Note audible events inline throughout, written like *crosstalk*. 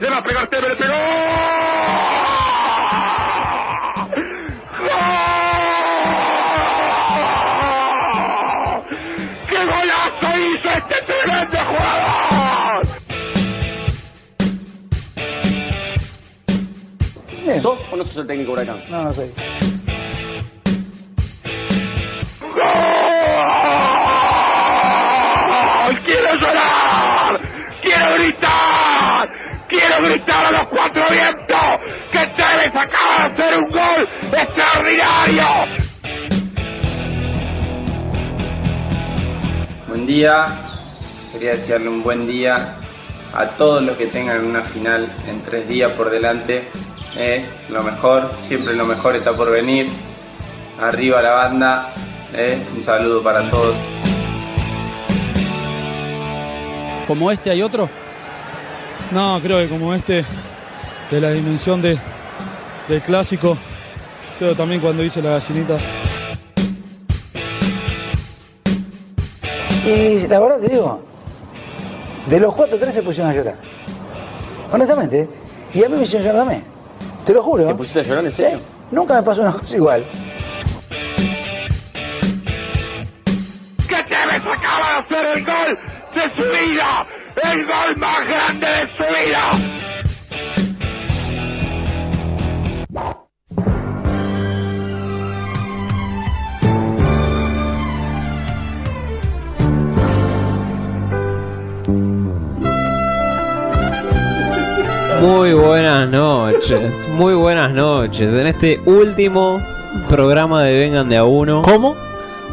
Le va a pegar Tevez, le pegó. ¡Gol! ¡Qué golazo hizo este tremendo jugador! ¿Sos o no sos el técnico huracán? No, no soy. ¡Gol! ¡Quiero llorar! ¡Quiero gritar! ¡Quiero gritar a los cuatro vientos que Tevez acaba de hacer un gol extraordinario! Buen día, quería desearle un buen día a todos los que tengan una final en tres días por delante. Eh, lo mejor, siempre lo mejor está por venir. Arriba la banda, eh, un saludo para todos. ¿Como este hay otro? No, creo que como este, de la dimensión de, del clásico, creo también cuando hice la gallinita. Y la verdad te digo, de los cuatro, tres se pusieron a llorar. Honestamente. ¿eh? Y a mí me hicieron llorar también. Te lo juro. ¿Te pusiste a llorar en serio? Nunca me pasó una cosa igual. que Tevez acaba de hacer el gol de su vida, el gol más grande de su vida. Muy buenas noches, muy buenas noches. En este último programa de Vengan de a uno. ¿Cómo?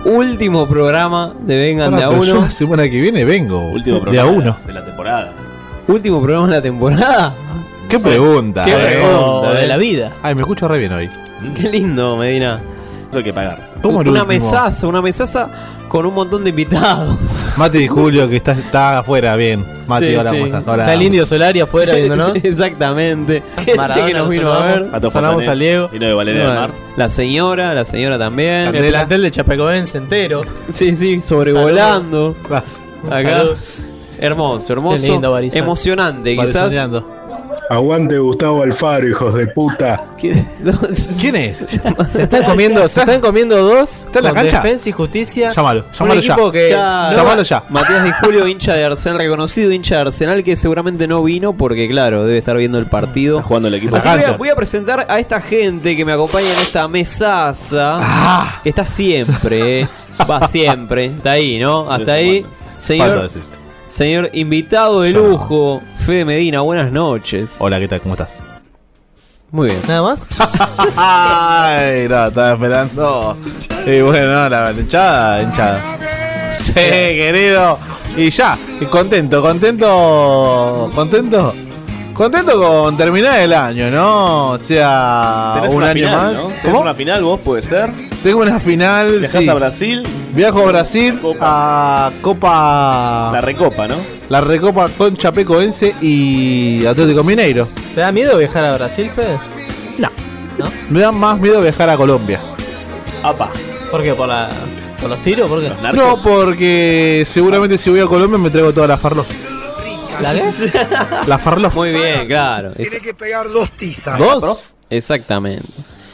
Último programa de Vengan Ah, de a pero yo uno. la semana que viene vengo. Último de a programa uno. de la temporada. Último programa de la temporada. Qué pregunta. Qué eh. pregunta, eh. vida. Ay, me escucho re bien hoy. Qué lindo, Medina. Eso hay que pagar. Tomo el Una último. mesaza, una mesaza con un montón de invitados. Mati y Julio, que está, está afuera, bien. Mati, Sí, hola, sí. ¿cómo estás? Hola. Está el indio Solari afuera viéndonos. *laughs* Exactamente. Gente Maradona, que nos lo vino a saludamos. ver. A todos Saludamos Fontané. a Diego. Y no de Valeria del Mar. Bueno, la señora, la señora también. El plantel de Chapecoense entero. Sí, sí, sobrevolando. Gracias. Acá. saludo. Hermoso, hermoso. Qué lindo, Barizal. emocionante, quizás. Marisoneando. Aguante Gustavo Alfaro, hijos de puta. ¿Quién- no, *laughs* ¿Quién es? Se están comiendo, se están comiendo dos. ¿Está en la con cancha? Defensa y Justicia. Llámalo, Un llámalo equipo ya. que Claro. Llámalo ya. Matías Di Julio, hincha de Arsenal, reconocido hincha de Arsenal, que seguramente no vino porque, claro, debe estar viendo el partido. Está jugando el equipo. Así que voy a, cancha. voy a presentar a esta gente que me acompaña en esta mesaza. Ah. Que está *laughs* siempre, eh. va siempre. Está ahí, ¿no? De Hasta vez en ahí. cuando. ¿Cuánto Señor, decís? señor invitado de Yo no. lujo, Fede Medina, buenas noches. Hola, ¿qué tal? ¿Cómo estás? Muy bien. Nada más. Ay, no, estaba esperando. Y bueno, la hinchada, hinchada. Sí, querido. Y ya, y contento, contento, contento. Contento con terminar el año, ¿no? O sea, Tenés Ah, un una año final, más. ¿no? Tenés ¿Cómo? una final vos, puede ser. Tengo una final. Viajás sí. a Brasil, Viajo a Brasil Copa. a Copa. la La, recopa, ¿no? Recopa con Chapecoense y Atlético Mineiro. ¿Te da miedo viajar a Brasil, Fede? Me da más miedo viajar a Colombia. Apa. ¿Por qué? ¿Por, la, por los tiros? ¿Por qué? Los No, narcos. porque seguramente si voy a Colombia me traigo toda la farlof. ¿La qué? La farlof. Muy bien, claro. Es- ¿Dos? exactamente.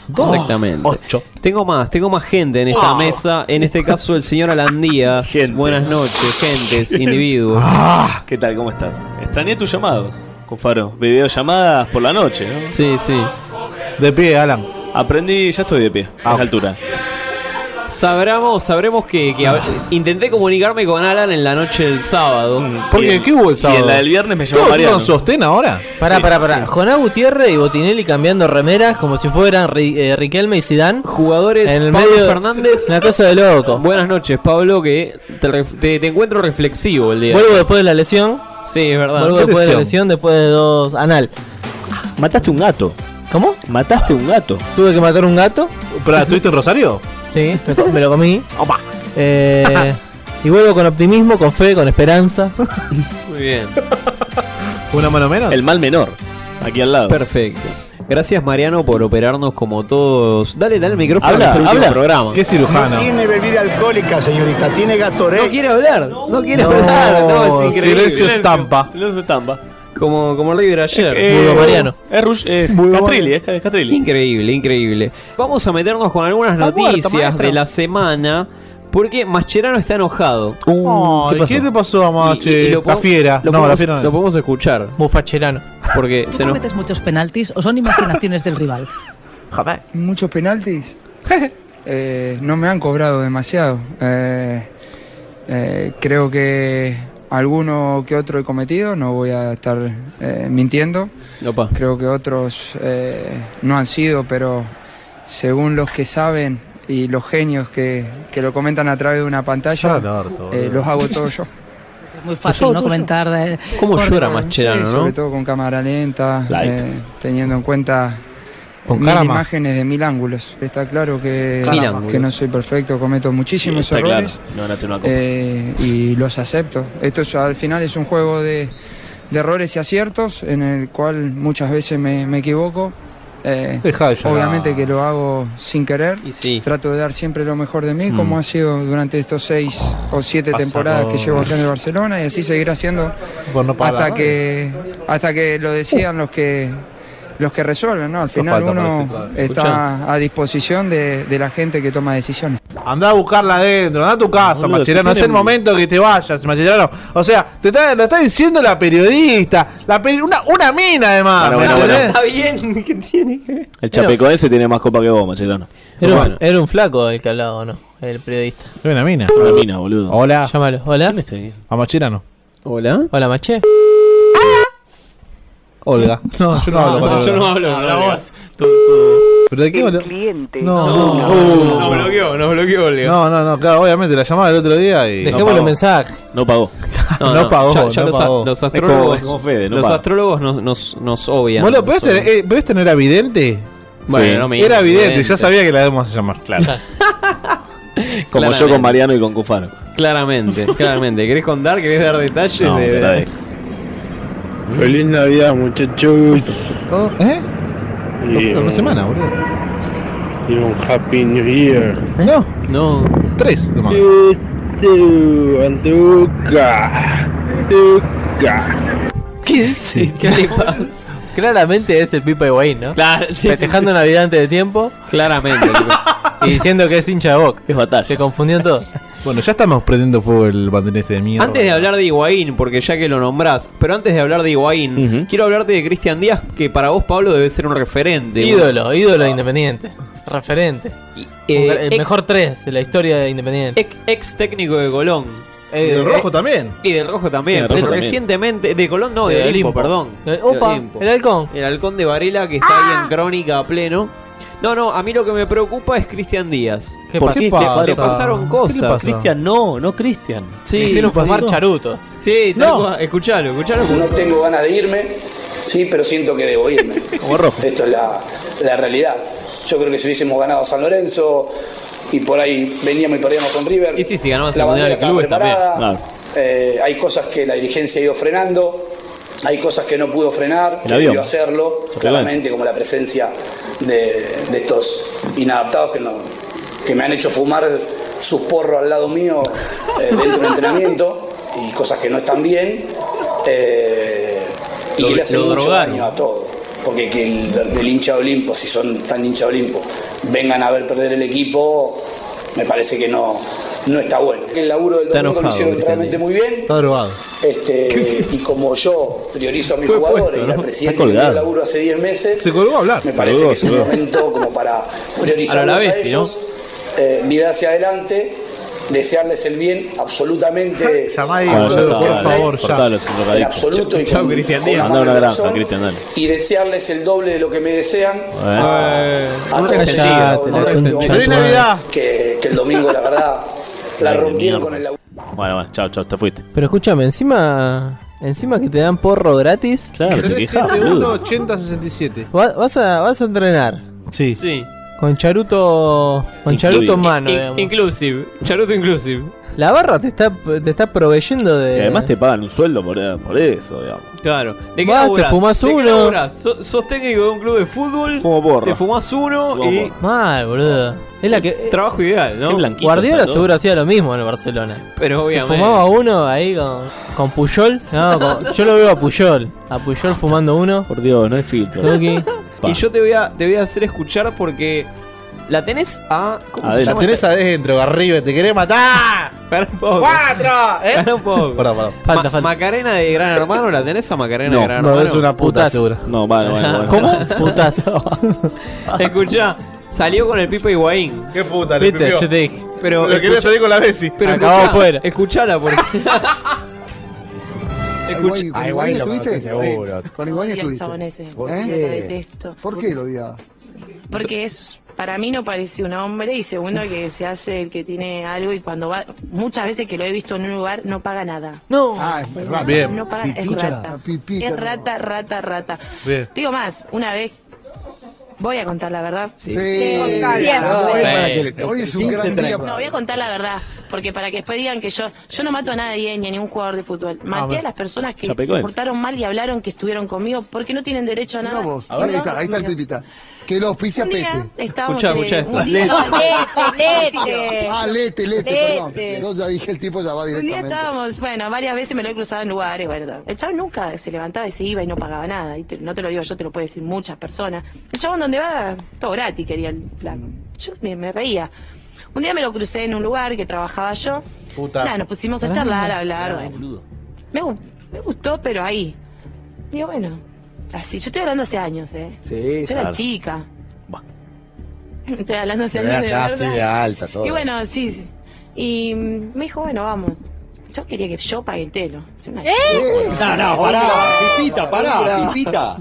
Dos. Exactamente. Ocho. Tengo más, tengo más gente en esta mesa. En este caso, el señor Alandías. Gente. Buenas noches, *laughs* gentes, individuos. Ah. ¿Qué tal? ¿Cómo estás? Extrañé tus llamados, Confaro. Videollamadas por la noche, ¿no? Sí, sí. De pie, Alan. Aprendí, ya estoy de pie, a Ah. esa altura. Sabramos, sabremos que, que hab- Ah. intenté comunicarme con Alan en la noche del sábado. Porque, Bien. ¿qué hubo el Y sábado? en la del viernes me llamó ¿Todos Mariano. con sostén ahora? Pará, Sí, pará, pará. Joná Gutiérrez y Botinelli cambiando remeras como si fueran Ri- eh, Riquelme y Sidán. Jugadores En el Pablo medio- Fernández. Una cosa de loco. Buenas noches, Pablo, que te, ref- te- te encuentro reflexivo el día. de hoy. Vuelvo después de la lesión. Sí, es verdad. Vuelvo ¿qué después de la lesión? lesión, después de dos. Anal. Mataste un gato. ¿Cómo? ¿Mataste un gato? Tuve que matar un gato. Pará, ¿estuviste en Rosario? Sí, me, co- me lo comí. Eh, y vuelvo con optimismo, con fe, con *laughs* esperanza. Muy *laughs* bien. ¿Una mano menos? El mal menor. Aquí al lado. Perfecto. Gracias Mariano por operarnos como todos. Dale, dale el micrófono Habla, que es el último habla. programa. ¿Qué *laughs* *laughs* cirujano? bebida alcohólica, señorita, tiene Gatorade. No quiere hablar, no quiere No, hablar, no, es increíble. Silencio estampa. Silencio estampa. Como, como River ayer. Eh, Mariano. Es Rush, eh, Catrilli, es Ca- Catrilli. Increíble, increíble. Vamos a meternos con algunas muerto, noticias maestro. de la semana. Porque Mascherano está enojado. Ay, ¿qué, te pasó a Machi? Y- y- y lo la podemos- fiera. Lo, no, podemos, la fiera lo no. podemos escuchar. Bufacherano. Porque *laughs* se nos. muchos penaltis o son imaginaciones del rival? Muchos penaltis. Eh, no me han cobrado demasiado. Eh, eh, creo que alguno que otro he cometido, no voy a estar eh, mintiendo. Opa. Creo que otros eh, no han sido, pero según los que saben y los genios que, que lo comentan a través de una pantalla, Sal al orto, eh, boludo. los hago todos yo. Muy fácil, ¿no? Comentar. de- ¿Cómo por- llora Sí, Mascherano, sobre no? todo con cámara lenta, Light. eh, teniendo en cuenta Con mil caramba. imágenes de mil ángulos. Está claro que, Mil ángulos. que no soy perfecto, cometo Sí, muchísimos está claro. errores Si no ganaste una copa. eh, y los acepto. Esto es, al final es un juego de, de errores y aciertos en el cual muchas veces me, me equivoco. Eh, Dejá de llorar. obviamente que lo hago sin querer. Y sí. Trato de dar siempre lo mejor de mí, como ha sido durante estos seis o siete Mm. Pasa temporadas que con- llevo acá en el Barcelona y así seguirá siendo Por no pagar la hasta madre. que hasta que lo decían los que los que resuelven, ¿no? Al final falta para ese uno clave. está a disposición de, de la gente que toma decisiones. Andá a buscarla adentro, andá a tu casa, Boludo, Macherano. se Es el tienen- momento que te vayas, Macherano. O sea, te está, lo está diciendo la periodista. La peri- una, una mina, además. Bueno, ¿me bueno, entendés? Está bien, ¿qué tiene que ver? El chapecoense tiene más copa que vos, Mascherano. Era, un- Bueno. era un flaco el que hablaba, ¿o ¿no? El periodista. Es una mina. Una mina, boludo. Hola, Llámalo. Hola. ¿Dónde está ahí? a Macherano. Hola. Hola, Maché. Olga. Ah. No, yo no hablo con Olga. hablo, con Olga. ¿Pero de qué hablo? cliente. No, no, Nos bloqueó, nos bloqueó Olga. no, no, no, claro, obviamente la llamaba el otro día y. Dejémosle pagó. un mensaje. No pagó. *laughs* No pagó, ya- ya no los, a- pagó. los Es astrólogos, es como Fede, no los paga. astrólogos nos, nos, nos obvian. Boludo, Nos pero obvian. este, eh, pero este no era vidente. Bueno, Sí. no me Era digas, vidente, evidente. ya sabía que la debemos llamar. Claro. Como yo Claramente. con Mariano y con Cufaro. Claramente, claramente. ¿Querés contar? ¿Querés dar detalles? No, de- te la dejo. Feliz Navidad, muchachos. *laughs* Oh, ¿Eh? No fue Y en un- una semana, boludo. Y un Happy New Year. No, No. tres nomás. Este, Antuca. Antuca. ¿Qué dice? ¿Qué le pasa? Claramente es el Pipa Higuaín, ¿no? Claro, sí, Festejando Navidad antes de tiempo sí. Claramente. tipo, y diciendo que es hincha de Boca. Es batalla. Se confundió *laughs* todo. Bueno, ya estamos prendiendo fuego el banderín este de mierda. Antes de hablar de Higuaín, porque ya que lo nombrás, pero antes de hablar de Higuaín, Ujú. quiero hablarte de Cristian Díaz, que para vos, Pablo, debe ser un referente. ídolo, ídolo de Independiente. Referente. Eh, Un gra- el ex- mejor tres de la historia de Independiente. Ex, ex técnico de Colón. Y Eh, del eh, rojo también. Y del Rojo también. Y del Rojo pero también. Recientemente, de Colón no, de, De Olimpo, Olimpo. perdón. eh, De Opa, Olimpo. el halcón. Ah. El halcón de Varela que está ahí en crónica a pleno. No, no, a mí lo que me preocupa es Cristian Díaz. ¿Qué ¿Por pasó? qué ¿Qué pasa? Le pasaron cosas. pasó? Cristian, no, no Cristian. Sí, Me hicieron fumar charuto. Sí, tal No. cual. escuchalo, escuchalo. No tengo ganas de irme, sí, pero siento que debo irme. *laughs* Como rojo. Esto es la, la realidad. Yo creo que si hubiésemos ganado San Lorenzo y por ahí veníamos y perdíamos con River. Y sí, si ganamos la el Mundial bandera de estaba Clubes también, preparada. claro. Eh, hay cosas que la dirigencia ha ido frenando, hay cosas que no pudo frenar, que avión. debió hacerlo, Los claramente, como la presencia de, de estos inadaptados que, no, que me han hecho fumar sus porros al lado mío eh, *laughs* dentro del entrenamiento y cosas que no están bien. eh, y Lo- que le hacen lo mucho drogaron. daño a todo. Porque que el, el hincha de Olimpo, si son tan hincha de Olimpo, vengan a ver perder el equipo, me parece que no, no está bueno. El laburo del Está domingo lo enojado, hicieron Cristian realmente muy bien. Está drogado. Este, y como yo priorizo a mis Fue jugadores puesto, y al ¿no? presidente Está que me dio colgado. laburo hace 10 meses, Se colgó a hablar. me parece que es un momento como para priorizar a, Alavés, ¿no? ellos, eh, mirar hacia adelante, desearles el bien absolutamente. Llamá ahí, Bueno, ya está, boludo, por dale, favor, ya. cortalo, sin en drogadicto. absoluto y Chao, con- Cristian con Díaz. la Manda una mano en el granja, corazón, Cristian, dale. y desearles el doble de lo que me desean Ah, A Eh, a todos callate, ellos, la a todos concha ellos, de ¡Feliz Navidad! que, que el domingo la verdad la Ay, de rompieron mierda. con el laburo Bueno, bueno, chao, chao, te fuiste. Pero escúchame, encima Encima que te dan porro gratis. Claro, 371-8067. Va- Vas a, vas a entrenar. Sí. Sí. Con charuto. Con charuto en mano, In- in- digamos. Inclusive. Charuto inclusive. La barra te está, te está proveyendo de. Y además te pagan un sueldo por, por eso, digamos. Claro. ¿De qué Vas, te laburás? fumás ¿De qué uno. laburás? So- sos técnico de un club de fútbol. Fumo porro. Te fumás uno Fumo y. Mal, boludo. Eh, Es la que. Trabajo ideal, ¿no? Guardiola seguro hacía lo mismo en el Barcelona. Pero obviamente. Se fumaba uno ahí con, con Puyols. No, con- yo lo veo a Puyol. A Puyol fumando uno. Por Dios, no hay filtro. Tuki. Pa. Y yo te voy, a, te voy a hacer escuchar porque. La tenés a. ¿Cómo se La llama? tenés adentro, arriba, te querés matar. Pará un poco. ¡Cuatro! *laughs* ¿Eh? Pará un poco. Perdón, perdón. Falta, Ma- falta. Macarena de Gran Hermano, ¿la tenés a Macarena de No, Gran no Hermano? es una puta Putas. segura. No, vale, vale, vale. *laughs* ¿Cómo? Putazo. *laughs* Escuchá, salió con el Pipo Higuaín. ¿Qué puta? Viste, yo te dije. Pero. Lo quería escuchá- salir con la Bessi. pero acabamos escuchá- fuera. Escuchala porque. Escucha- Ay, guay, lo conoces seguro. Con Iguain Odio al estuviste. chabón ese. ¿Por Yo qué? lo detesto. ¿Por qué lo odiabas? Porque es, para mí no parece un hombre y segundo que se hace el que tiene algo y cuando va, muchas veces que lo he visto en un lugar no paga nada. No. Ah, es rata. Bien. No paga, es Pipicha. rata. Pipica, Es no. rata, rata, rata. Bien. Te Digo más, una vez, voy a contar la verdad. Sí. No, hoy, para que- hoy es un gran día. No, voy a contar la verdad, porque para que después digan que yo, yo no mato a nadie ni a ningún jugador de fútbol. Maté a las personas que se Chapecoense. portaron mal y hablaron que estuvieron conmigo porque no tienen derecho a Mirá nada. vos. Y Ahí no, está, ahí está el mira, Pipita. Que lo auspicia Un día Pete. estábamos Escuchá, en- escuchá un esto. día- Lete, lete. Ah, lete, lete, perdón. Lete. Yo ya dije, el tipo ya va Un día directamente. estábamos, bueno, varias veces me lo he cruzado en lugares, bueno, el chavo nunca se levantaba y se iba y no pagaba nada, y te- no te lo digo yo, te lo puede decir muchas personas. El chavo donde va, todo gratis quería el plan. Yo me, me reía. Un día me lo crucé en un lugar que trabajaba yo. Puta. Nada, nos pusimos a charlar, a hablar, bueno. Me, gu- me gustó, pero ahí. Digo, bueno, así, yo estoy hablando hace años, ¿eh? Sí, Yo era chica. Bah. *laughs* Estoy hablando hace años. de verdad. alta todo. Y bueno, sí. sí. Y mm, me dijo, bueno, vamos. Yo quería que yo pague el telo. Es una- Eh, No, no, pará, pipita, pará, pipita.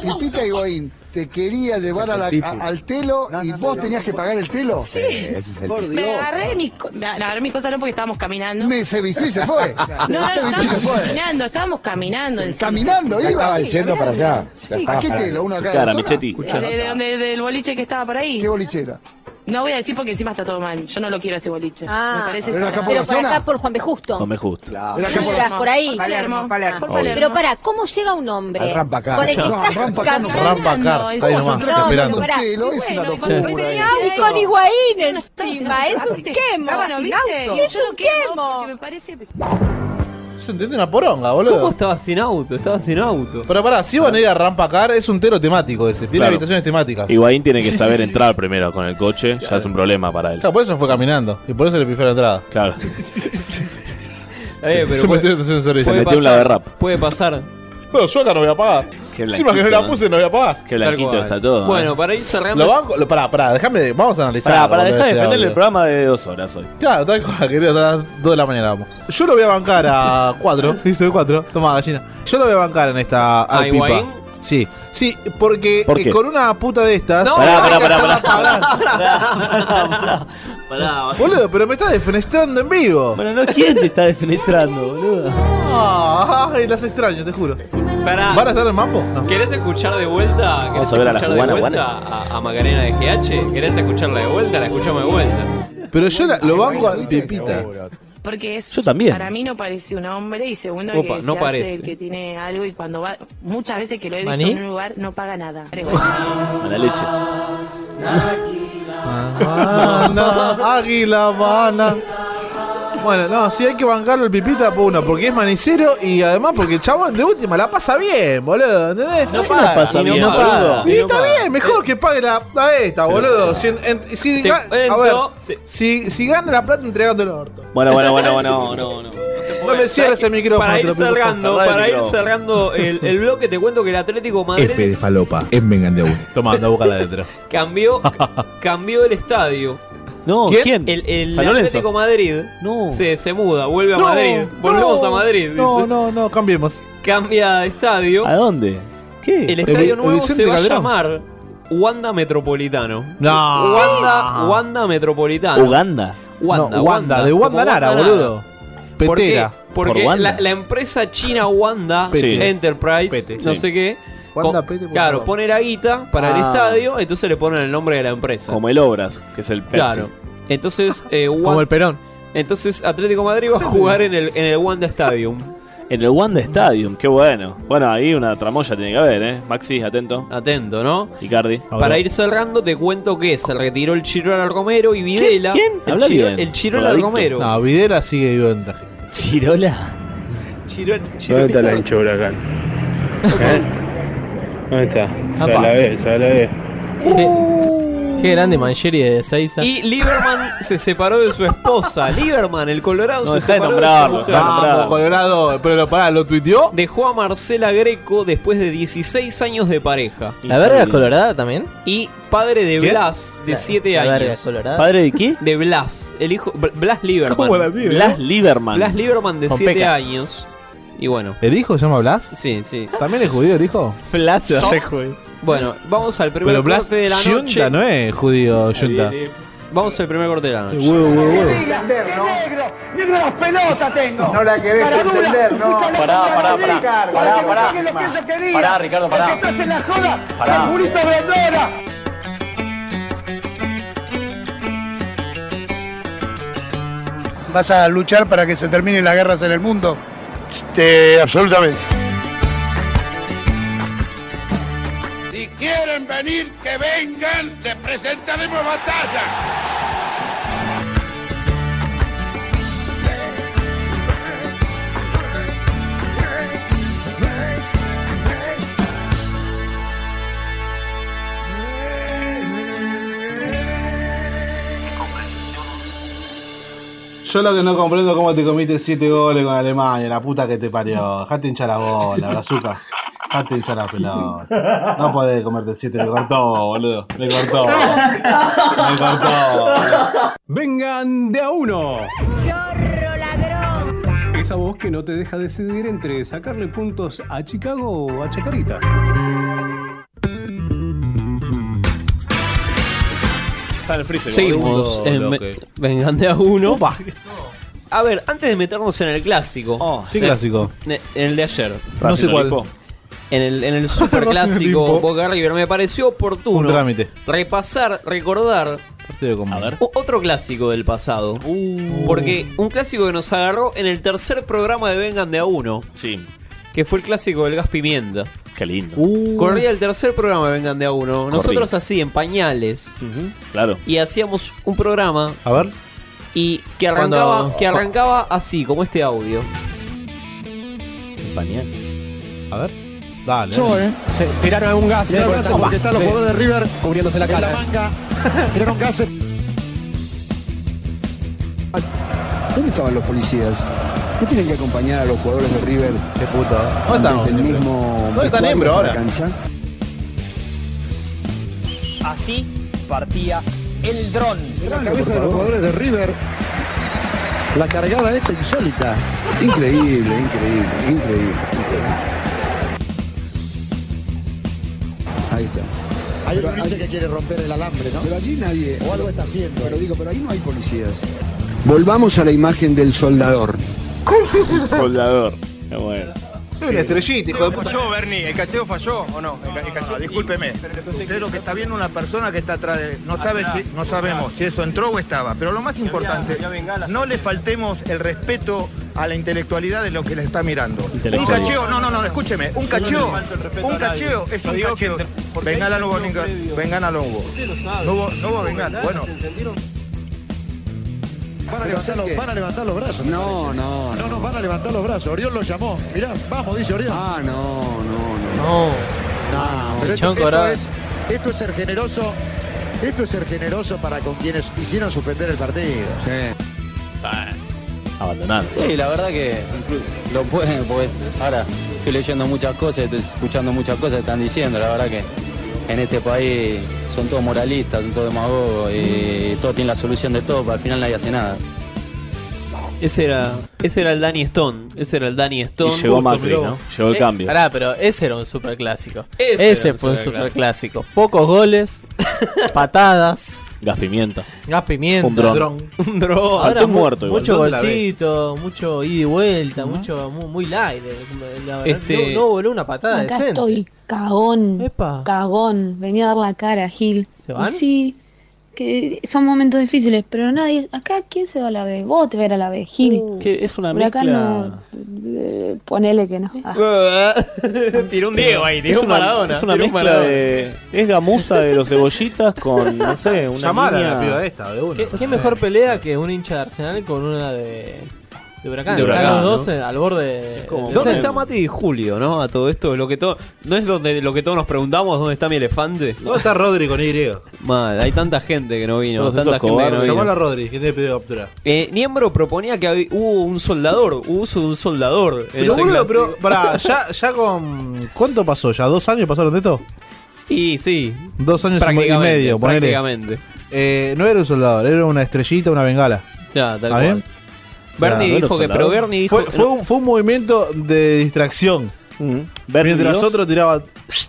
Pipita Higuaín, te quería llevar a la- tipo. a- al telo y vos tenías que pagar el telo. Sí. Ese es el Por Me Dios. agarré mis, co- me agarré mis cosas no porque estábamos caminando. Me se vistió y se fue. *laughs* No, no, Se vistió y se estábamos fue. caminando, estábamos caminando. en- Caminando, Ya iba. estaba yendo Ah, para allá. Ya Sí. estaba ¿A qué para- telo? ¿Uno acá de la Cara, zona? Michetti. De, de donde, del boliche que estaba por ahí. ¿Qué bolichera? No voy a decir porque encima está todo mal. Yo no lo quiero ese boliche. Ah, me parece pero acá por Pero la por zona. acá, por Juan B. Justo. No me justo. Era acá por Por, la por ahí. Palermo, Palermo. Ah, Pero para, ¿cómo llega un hombre? Al Rampacar. Con el que No, estás Rampa acá no. caminando. Rampa acá, está ahí Vas a nomás, entrar No, caminando esperando. un pero pará. telo, es una Bueno, y cuando locura. eh. tenía- Ah, y con Higuaín encima, es un Estaba quemo. sin auto. Es Yo no un quiero, quemo. porque Me parece. Se entiende una poronga, ¿Cómo boludo. estaba sin auto? Estaba sin auto. Pero pará, si van a ir a Rampacar, es un telo temático ese. Tiene Claro. habitaciones temáticas. Higuaín tiene que saber entrar primero con el coche, ya es un problema para él. Claro, por eso fue caminando. Y por eso le pifió la entrada. *laughs* Claro. Eh, pero se metió puede, en el ascensor Se ese. metió un pasar. laberrap. puede pasar. No, yo acá no voy a pagar. Qué Encima que no la blanquito, puse, no voy a pagar. Qué Tal blanquito cual. está todo. Bueno, ¿eh? para ir cerrando. Lo banco, lo, pará, pará, déjame, vamos a analizar. para, para boludo, dejar de este defenderle el audio. programa de dos horas hoy. Claro, tal cual, querido, a las 2 de la mañana vamos. Yo lo voy a bancar a 4, hizo 4, toma gallina. Yo lo voy a bancar en esta ¿A al pipa. Higuaín? Sí, sí, porque ¿Por eh, qué? con una puta de estas. No, Pará, hay pará, que pará, hacerla pagar. Pará, Boludo, pero me estás defenestrando en vivo. Bueno, no, ¿quién te está defenestrando, boludo? Ay, las extraño, te juro. Pará. ¿Van a estar en mambo? No. ¿Querés escuchar de vuelta? ¿Querés Vamos a ver a la escuchar de cubana, vuelta a, a Macarena de GH? ¿Querés escucharla de vuelta? La escuchamos de vuelta. Pero yo la- lo banco al pipita. Porque es, Yo también. Para mí no parece un hombre y segundo Opa, que no se parece. hace el que tiene algo y cuando va muchas veces que lo he visto ¿Maní? en un lugar no paga nada. Mala leche. Ah. Habana, Águila Habana. Bueno, no, sí hay que bancarlo el pipita por uno, porque es manicero y además porque el chabón de última la pasa bien, boludo, ¿entendés? No paga. pasa y no, bien, no paga. boludo. Y no está paga. bien, mejor que pague la, la esta, boludo. Si, en- en- si Te ga- a ver, cuento, te- si, si gana la plata, entregate el orto. Bueno, bueno, bueno, bueno, no, no. *laughs* No me cierres el micrófono. Para te lo ir pido, por cerrando, Cerrá el para ir micrófono. cerrando el, el bloque, te cuento que el Atlético Madrid de falopa, es vengan de uno. Toma, anda a buscarla adentro. cambió, cambió el estadio. No, ¿Quién? ¿quién? El, el San Lorenzo. Atlético Madrid No. se, se muda, vuelve a No, Madrid. Volvemos no, a Madrid, No, dice. no, no, cambiemos. Cambia de estadio. ¿A dónde? ¿Qué? El El Vi- estadio el nuevo Vicente se va a Calderón. llamar Wanda Metropolitano. No. Wanda, Wanda Metropolitano. Uganda. No, Wanda, de como Wanda Nara, boludo. ¿Por qué? Petera. Porque ¿Por Wanda? la, la empresa china Wanda Pete. Enterprise, Pete, no sí. sé qué. Wanda co- Pete, por claro, favor. pone la guita para el Ah. estadio, entonces le ponen el nombre de la empresa. Como el Obras, que es el Pepsi. Claro. Entonces, *laughs* eh, Como el Perón. Entonces, Atlético Madrid va a jugar en el, en el Wanda Stadium. En el Wanda Stadium, qué bueno. Bueno, ahí una tramoya tiene que haber, ¿eh? Maxi, atento. Atento, ¿no? Icardi. Para ir cerrando, te cuento que se retiró el Chirola al Romero y Videla. ¿Quién? El, Habla Chiro- bien. el Chirola al Drogadicto. Romero. No, Videla sigue vivo en traje. ¿Chirola? Chirola. ¿Dónde está la hincha de huracán? *laughs* ¿Eh? ¿Dónde está? Salavé, Salavé. Uh. Qué grande Mancheri de Seiza. Y Lieberman se separó de su esposa. Lieberman, el Colorado, No, se deja de separó nombrarlo, de su deja de Vamos, nombrarlo. Colorado, pero pará, ¿lo tuiteó? Dejó a Marcela Greco después de 16 años de pareja. ¿La verga es colorada también? Y padre de ¿Qué? Blas, de La- 7 la años. verga colorada. ¿Padre de qué? De Blas, el hijo. Bl- Blas Lieberman. ¿Cómo la tiene? Blas Lieberman. Blas Lieberman de Con 7 pecas. años. Y bueno. ¿El hijo se llama Blas? Sí, sí. ¿También es judío el hijo? Blas ¿eh? se va a hacer Bueno, vamos al primer Pero Blas corte de la Yunta noche. no es judío, Yunta. Vamos al primer corte de la noche. Huevo, huevo, huevo. negro! ¡Negro las pelotas tengo! No la querés entender, ¿no? Pará, pará, pará. Pará, pará. Pará, Ricardo, pará. Porque estás en la joda. Pará. Carburito Brendora. ¿Vas a luchar para que se terminen las guerras en el mundo? Este, absolutamente. Si quieren venir, que vengan, les presentaremos batalla. Yo lo que no comprendo es cómo te comiste 7 goles con Alemania, la puta que te parió. Dejate hinchar la bola, brazuca. Dejate hinchar la pelota. No podés comerte 7, me cortó, boludo. Me cortó. Me cortó. Vengan de a uno. Chorro ladrón. Esa voz que no te deja decidir entre sacarle puntos a Chicago o a Chacarita. Está en el freezer. Seguimos en Segundo Me- bloque. Vengan de a uno. A ver, antes de meternos en el clásico. ¿Qué Ne- clásico? ne- En el de ayer. No sé Racing cuál. Olimpo. En el, en el super clásico Olimpo. Boca River. Me pareció oportuno Un trámite. repasar, recordar o- otro clásico del pasado. Porque un clásico que nos agarró en el tercer programa de Vengan de a uno. Sí. Que fue el clásico del gas pimienta. Qué lindo. Corría el tercer programa de Vengan de a uno. Nosotros Corría. así, en pañales. Claro. Y hacíamos un programa A ver. Ah. y que arrancaba, Cuando- que arrancaba así, como este audio. A ver. Dale. Se tiraron algún gas. eh. Tiraron por el gas, taco. porque están los Sí. jugadores de River cubriéndose la En cara. manga. tiraron gas. ¿Dónde estaban los policías? ¿No tienen que acompañar a los jugadores de River? Qué puta. ¿Dónde están los el Embro? mismo ¿Dónde están vestuario Embro hasta la ahora? cancha? Así partía el dron. La cabeza de los jugadores de River. La cargada esta insólita. Increíble, increíble, increíble, increíble. Ahí está. Hay Pero un hincha que quiere romper el alambre, ¿no? Pero allí nadie. O algo está haciendo. Pero digo, pero ahí no hay policías. Volvamos a la imagen del soldador. *laughs* Soldador. Qué bueno. Una estrellita, hijo de puta. Ah, Falló, Bernie, ¿el cacheo falló o no? El, ca- el cacheo- Discúlpeme, usted lo que está viendo una persona que está atrás de... No, sabe si- no sabemos si eso entró o estaba, pero lo más importante, no le faltemos el respeto a la intelectualidad de lo que le está mirando. Un Intelectualidad. cacheo, no, no, no, escúcheme, un Yo no le cacheo, falto el respeto un a nadie. cacheo es Yo un digo cacheo. que entre- porque Vengan hay a no hubo tensión ningún- previo. vengan a lo hubo. No hubo, no hubo vengan, bueno. Van a, Pero levantar ¿sabes los, qué? van a levantar los brazos. me No, parece. no, No, no, van a levantar los brazos. Orión lo llamó. Mirá, vamos, dice Orión. Ah, no, no, no. Ah, No. Ah, Pero esto, Chon esto Corá. es, esto es ser generoso. Esto es ser generoso para con quienes hicieron suspender el partido. Abandonar. Sí, la verdad que inclu- lo pueden, porque ahora estoy leyendo muchas cosas, estoy escuchando muchas cosas que están diciendo, la verdad que en este país son todos moralistas, son todos demagogos y todos tienen la solución de todo, pero al final nadie hace nada. Ese era, ese era el *laughs* Danny Stone. Ese era el Danny Stone. Y llegó Justo, Macri, miró. ¿no? Llegó el cambio. Eh, Pará, pero ese era un superclásico. Ese Ese, era un fue un superclásico. superclásico. Pocos goles, patadas, Y las pimientas. Gas pimienta, Un dron. *laughs* Un Faltó dron. Ahora un mu- muerto igual. Mucho ¿Dónde la golcito, mucho ida y vuelta, mucho mu- muy, light. eh, La verdad, Este- no, no voló una patada Acá decente. estoy, cagón. Cagón. Venía a dar la cara, Gil. ¿Se van? Y sí, que son momentos difíciles, pero nadie. Acá, ¿quién se va a la B? Vos te vas a ir a la B, Gil. que es una Huracán mezcla- no, eh, ponele que no. Ah. tiró un Diego *laughs* ahí, Es tiró un una, Maradona. es una tiró un mezcla Maradona. de. Es gamuza de los cebollitas con, no sé, *laughs* una. Llamala a la niña- piba esta, de una. ¿Qué, qué mejor pelea que un hincha de Arsenal con una de, de Huracán? De Huracán, Están los dos ¿no? en- al borde. del ¿Dónde descenso. está Mati y Julio, no? A todo esto, lo que todo, no es donde lo que todos nos preguntamos, ¿dónde está mi elefante? ¿Dónde está Rodri con Y? Mal, hay tanta gente que no vino, Todos tanta esos gente que no cobardes. Llamalo a vino. Rodri, que tiene pedóptera. Eh, Niembro proponía que hab- hubo un soldador, hubo uso de un soldador. en Pero ese boludo, clásico. pero *laughs* pará, ya, ya con. ¿Cuánto pasó? ¿Ya dos años pasaron de esto? Y sí. Dos años y Prácticamente, medio, ponele. prácticamente. Eh, no era un soldador, era una estrellita, una bengala. Ya, tal ¿Está cual. bien? Bernie dijo que- pero Bernie dijo- Fue, fue un, fue un movimiento de distracción. Mientras dijo- otro tiraba.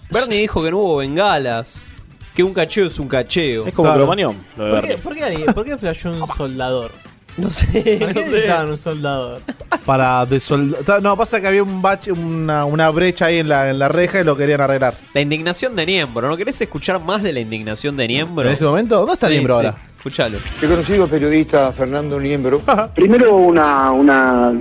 Bernie dijo que no hubo bengalas, que un cacheo es un cacheo. Es como Claro. Cromañón, lo de ¿Por qué, por qué alguien- por qué flasheó un soldador? No *laughs* sé. ¿Por qué necesitaban un soldador? Para desoldar. No, pasa que había un bache, una, una brecha ahí en la, en la reja y lo querían arreglar. La indignación de Niembro, ¿no querés escuchar más de la indignación de Niembro? ¿En ese momento? ¿Dóndo está Niembro ahora? Escuchalo. He conocido al periodista Fernando Niembro. Primero una, una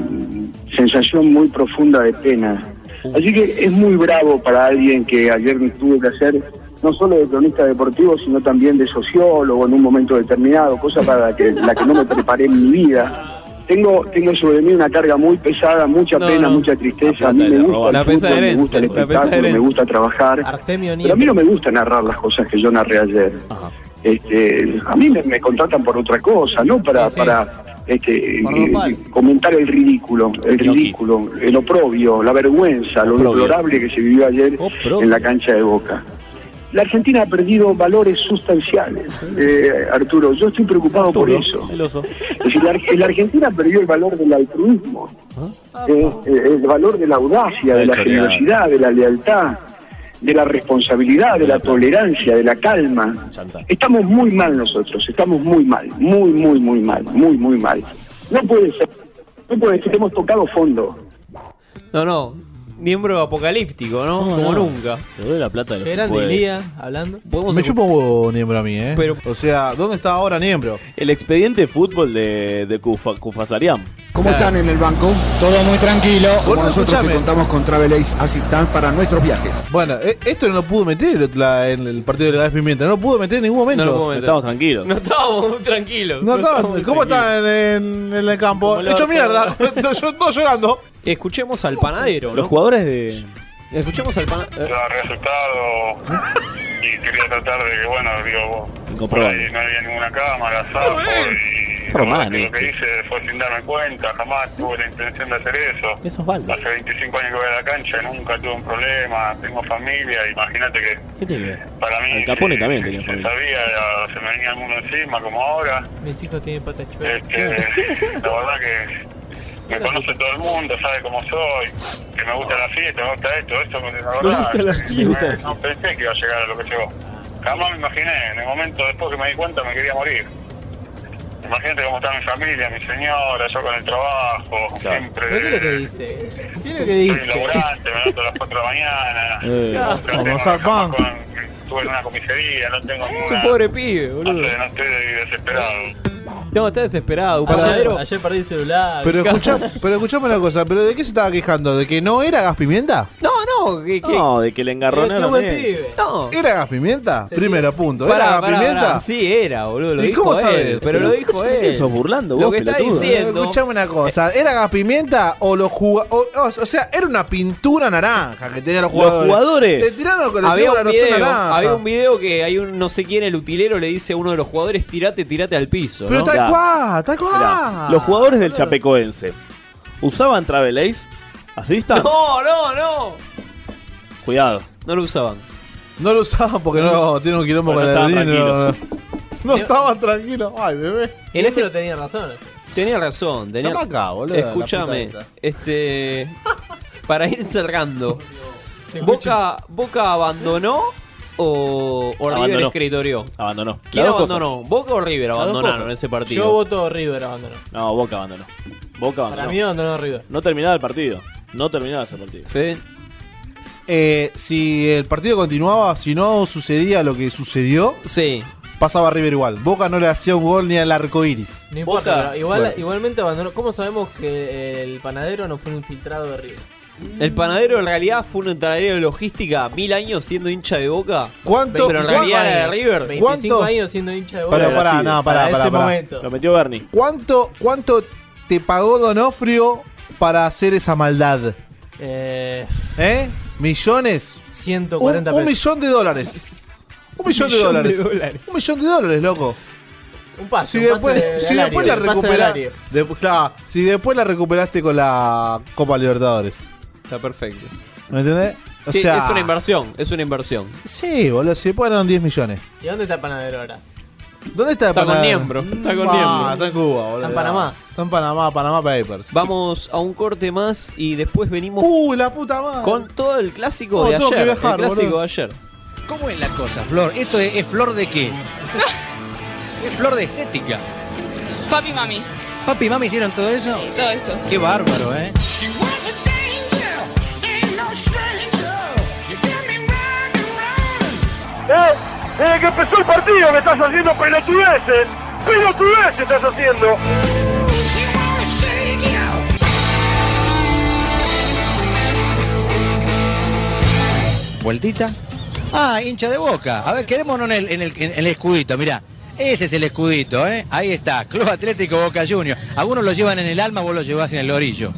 sensación muy profunda de pena. Así que es muy bravo para alguien que ayer tuvo que hacer no solo de cronista deportivo, sino también de sociólogo en un momento determinado, cosa para la que, la que no me preparé en mi vida. Tengo, tengo sobre mí una carga muy pesada, mucha No, pena, no. mucha tristeza. A mí me gusta La el fútbol, pesaderencia, me gusta el la espectáculo, me pesaderencia. gusta trabajar. Artemio Pero a mí no me gusta narrar las cosas que yo narré ayer. Este, a mí me, me contratan por otra cosa, no para, para este, eh, comentar el ridículo, el ridículo, el oprobio, la vergüenza, lo deplorable que se vivió ayer en la cancha de Boca. La Argentina ha perdido valores sustanciales, eh, Arturo. Yo estoy preocupado por eso. El oso. Es decir, la, Ar- la Argentina perdió el valor del altruismo, eh, eh, el valor de la audacia, de la Choreada. generosidad, de la lealtad, de la responsabilidad, de la tolerancia, de la calma. Estamos muy mal nosotros, estamos muy mal, muy, muy, muy mal, muy, muy mal. No puede ser, no puede ser, hemos tocado fondo. No, no. Niembro apocalíptico, ¿no? Como no? nunca. Te doy la plata de Eran de Lía hablando. Me chupa un huevo Niembro a mí, ¿eh? o sea, ¿dónde está ahora Niembro? El expediente de fútbol de, de Kufa- Kufasarian. ¿Cómo están en el banco? Todo muy tranquilo. Como Bueno, nosotros escuchame. que contamos con Travel Ace Assistant para nuestros viajes. Bueno, e- esto no lo pudo meter la- en el partido de la Gas Pimienta. No lo pudo meter en ningún momento. No lo pudo meter. Estamos tranquilos. No estábamos tranquilos. No estaban- estábamos ¿Cómo tranquilos. están en, en el campo? Como la Hecho otra. *laughs* mierda. *laughs* Yo- Todos llorando. Escuchemos al panadero. Los ¿no? jugadores de. Escuchemos al eh. panadero. resultado y quería tratar de que, bueno, digo, por Incomprobable. ahí no había ninguna cámara, sapo, y la verdad Román, que lo que este. hice fue sin darme cuenta, jamás tuve la intención de hacer eso. Eso es Valdo. Hace 25 años que voy a la cancha, nunca tuve un problema, tengo familia, imagínate que ¿Qué tiene que ver? para mí Al Capone también tenía se familia. sabía, la- se me venía el mundo encima, como ahora. Mis hijos tienen patas chuecas. Este, *laughs* la verdad que me conoce todo el mundo, sabe cómo soy, que me gusta la fiesta, me gusta esto, esto, la verdad. gusta la eh, fiesta. No pensé que iba a llegar a lo que llegó. Jamás me imaginé, en el momento después que me di cuenta me quería morir. Imagínate cómo está mi familia, mi señora, yo con el trabajo, siempre... ¿Pero qué es lo que dice? ¿Qué es lo que dice? Soy laburante, me levanto a las 4 de la mañana. Eh, no tengo como jamás Zarpán. con- Estuve en una comisaría, no tengo Es un ninguna- pobre pibe, No boludo. sé, no estoy desesperado. No, está desesperado. Un Ayer- panadero. Ayer perdí el celular. Pero, escucha, pero escuchame una cosa. ¿Pero de qué se estaba quejando? ¿De que no era Gas Pimienta? No, no. Que, que- No, de que le engarronaron. Pero qué buen pibe. No. ¿Era Gas Pimienta? Primero punto. ¿Era Pará, Gas pará, Pimienta? pará. Sí, era, boludo. Lo ¿Y dijo cómo él, sabés? Pero lo dijo escuchame, él. ¿qué sos burlando Lo vos, que está pelotudo? diciendo. Escuchame una cosa. ¿Era gas pimienta o los jugadores? O, o sea, era una pintura naranja que tenían los jugadores. Le tiraron con el había, un video, naranja. había un video que hay un no sé quién, el utilero, le dice a uno de los jugadores: tirate, tirate al piso. Pero ¿no? tal Claro. cual, Ah, tal cual. Mirá, los jugadores del Chapecoense usaban Travel Ace. Así está. No, no, no. Cuidado. No lo usaban. No lo usaban porque no tiene un quilombo Bueno, con la estaban adrenalina. No estaba tranquilo. Ay, bebé. En este lo tenía razón. Tenía razón, tenía. Llama acá, boludo, la Escúchame, puta letra. este. Para ir cerrando, ¿Boca, ¿Boca abandonó o, o River Abandonó. escritorió? Abandonó. ¿Quién Las dos abandonó? ¿Boca o River Las dos abandonaron cosas. ese partido? Yo voto River abandonó. No, Boca abandonó. Boca abandonó. Para mí abandonó River. No terminaba el partido. No terminaba ese partido. Eh, si el partido continuaba, si no sucedía lo que sucedió, sí. pasaba River igual. Boca no le hacía un gol ni al arco iris. No importa, Boca, pero igual, bueno. igualmente abandonó. ¿Cómo sabemos que el panadero no fue un infiltrado de River? El panadero en realidad fue un entrenador de logística mil años siendo hincha de Boca. ¿Cuánto? Pero en ¿Cuánto? realidad era de River. 25 años siendo hincha de Boca. Pará, pará, Brasil, no, pará, para pará, ese pará. momento. Lo metió Bernie. ¿Cuánto, ¿Cuánto te pagó Donofrio para hacer esa maldad? Eh, ¿Eh? ¿Millones? 140 un, un pesos. millón de dólares. *laughs* Un millón, de, millón dólares. de dólares. Un millón de dólares, loco. un paso. Si un pase después, de si Alario, después la un pase de recuperaste. Alario. si después la recuperaste con la Copa Libertadores. Está perfecto. ¿Me entendés? O Sí, sea. es una inversión, es una inversión. Sí, boludo, si después eran 10 millones. ¿Y dónde está el panadero ahora? ¿Dónde está el Está con Panamá? Niembro, está con Ah, Niembro. Está en Cuba, boludo. Está en Panamá. Está en Panamá, Panamá Papers. Vamos a un corte más y después venimos ¡Uh, la puta madre! con todo el clásico No, de tengo que ayer. viajar, el clásico boludo. de ayer. ¿Cómo es la cosa, Flor? ¿Esto es, es flor de qué? es flor de estética. Papi, mami. Papi y mami hicieron todo eso. Todo eso. Qué bárbaro, ¿eh? ¿Eh? Desde que empezó el partido me estás haciendo pelotudeces. Pelotudeces estás haciendo. Vueltita. Ah, hincha de boca. A ver, quedémonos en el, en el- en el escudito, mirá. Ese es el escudito, ¿eh? Ahí está, Club Atlético Boca Junior. Algunos lo llevan en el alma, vos lo llevas en el orillo.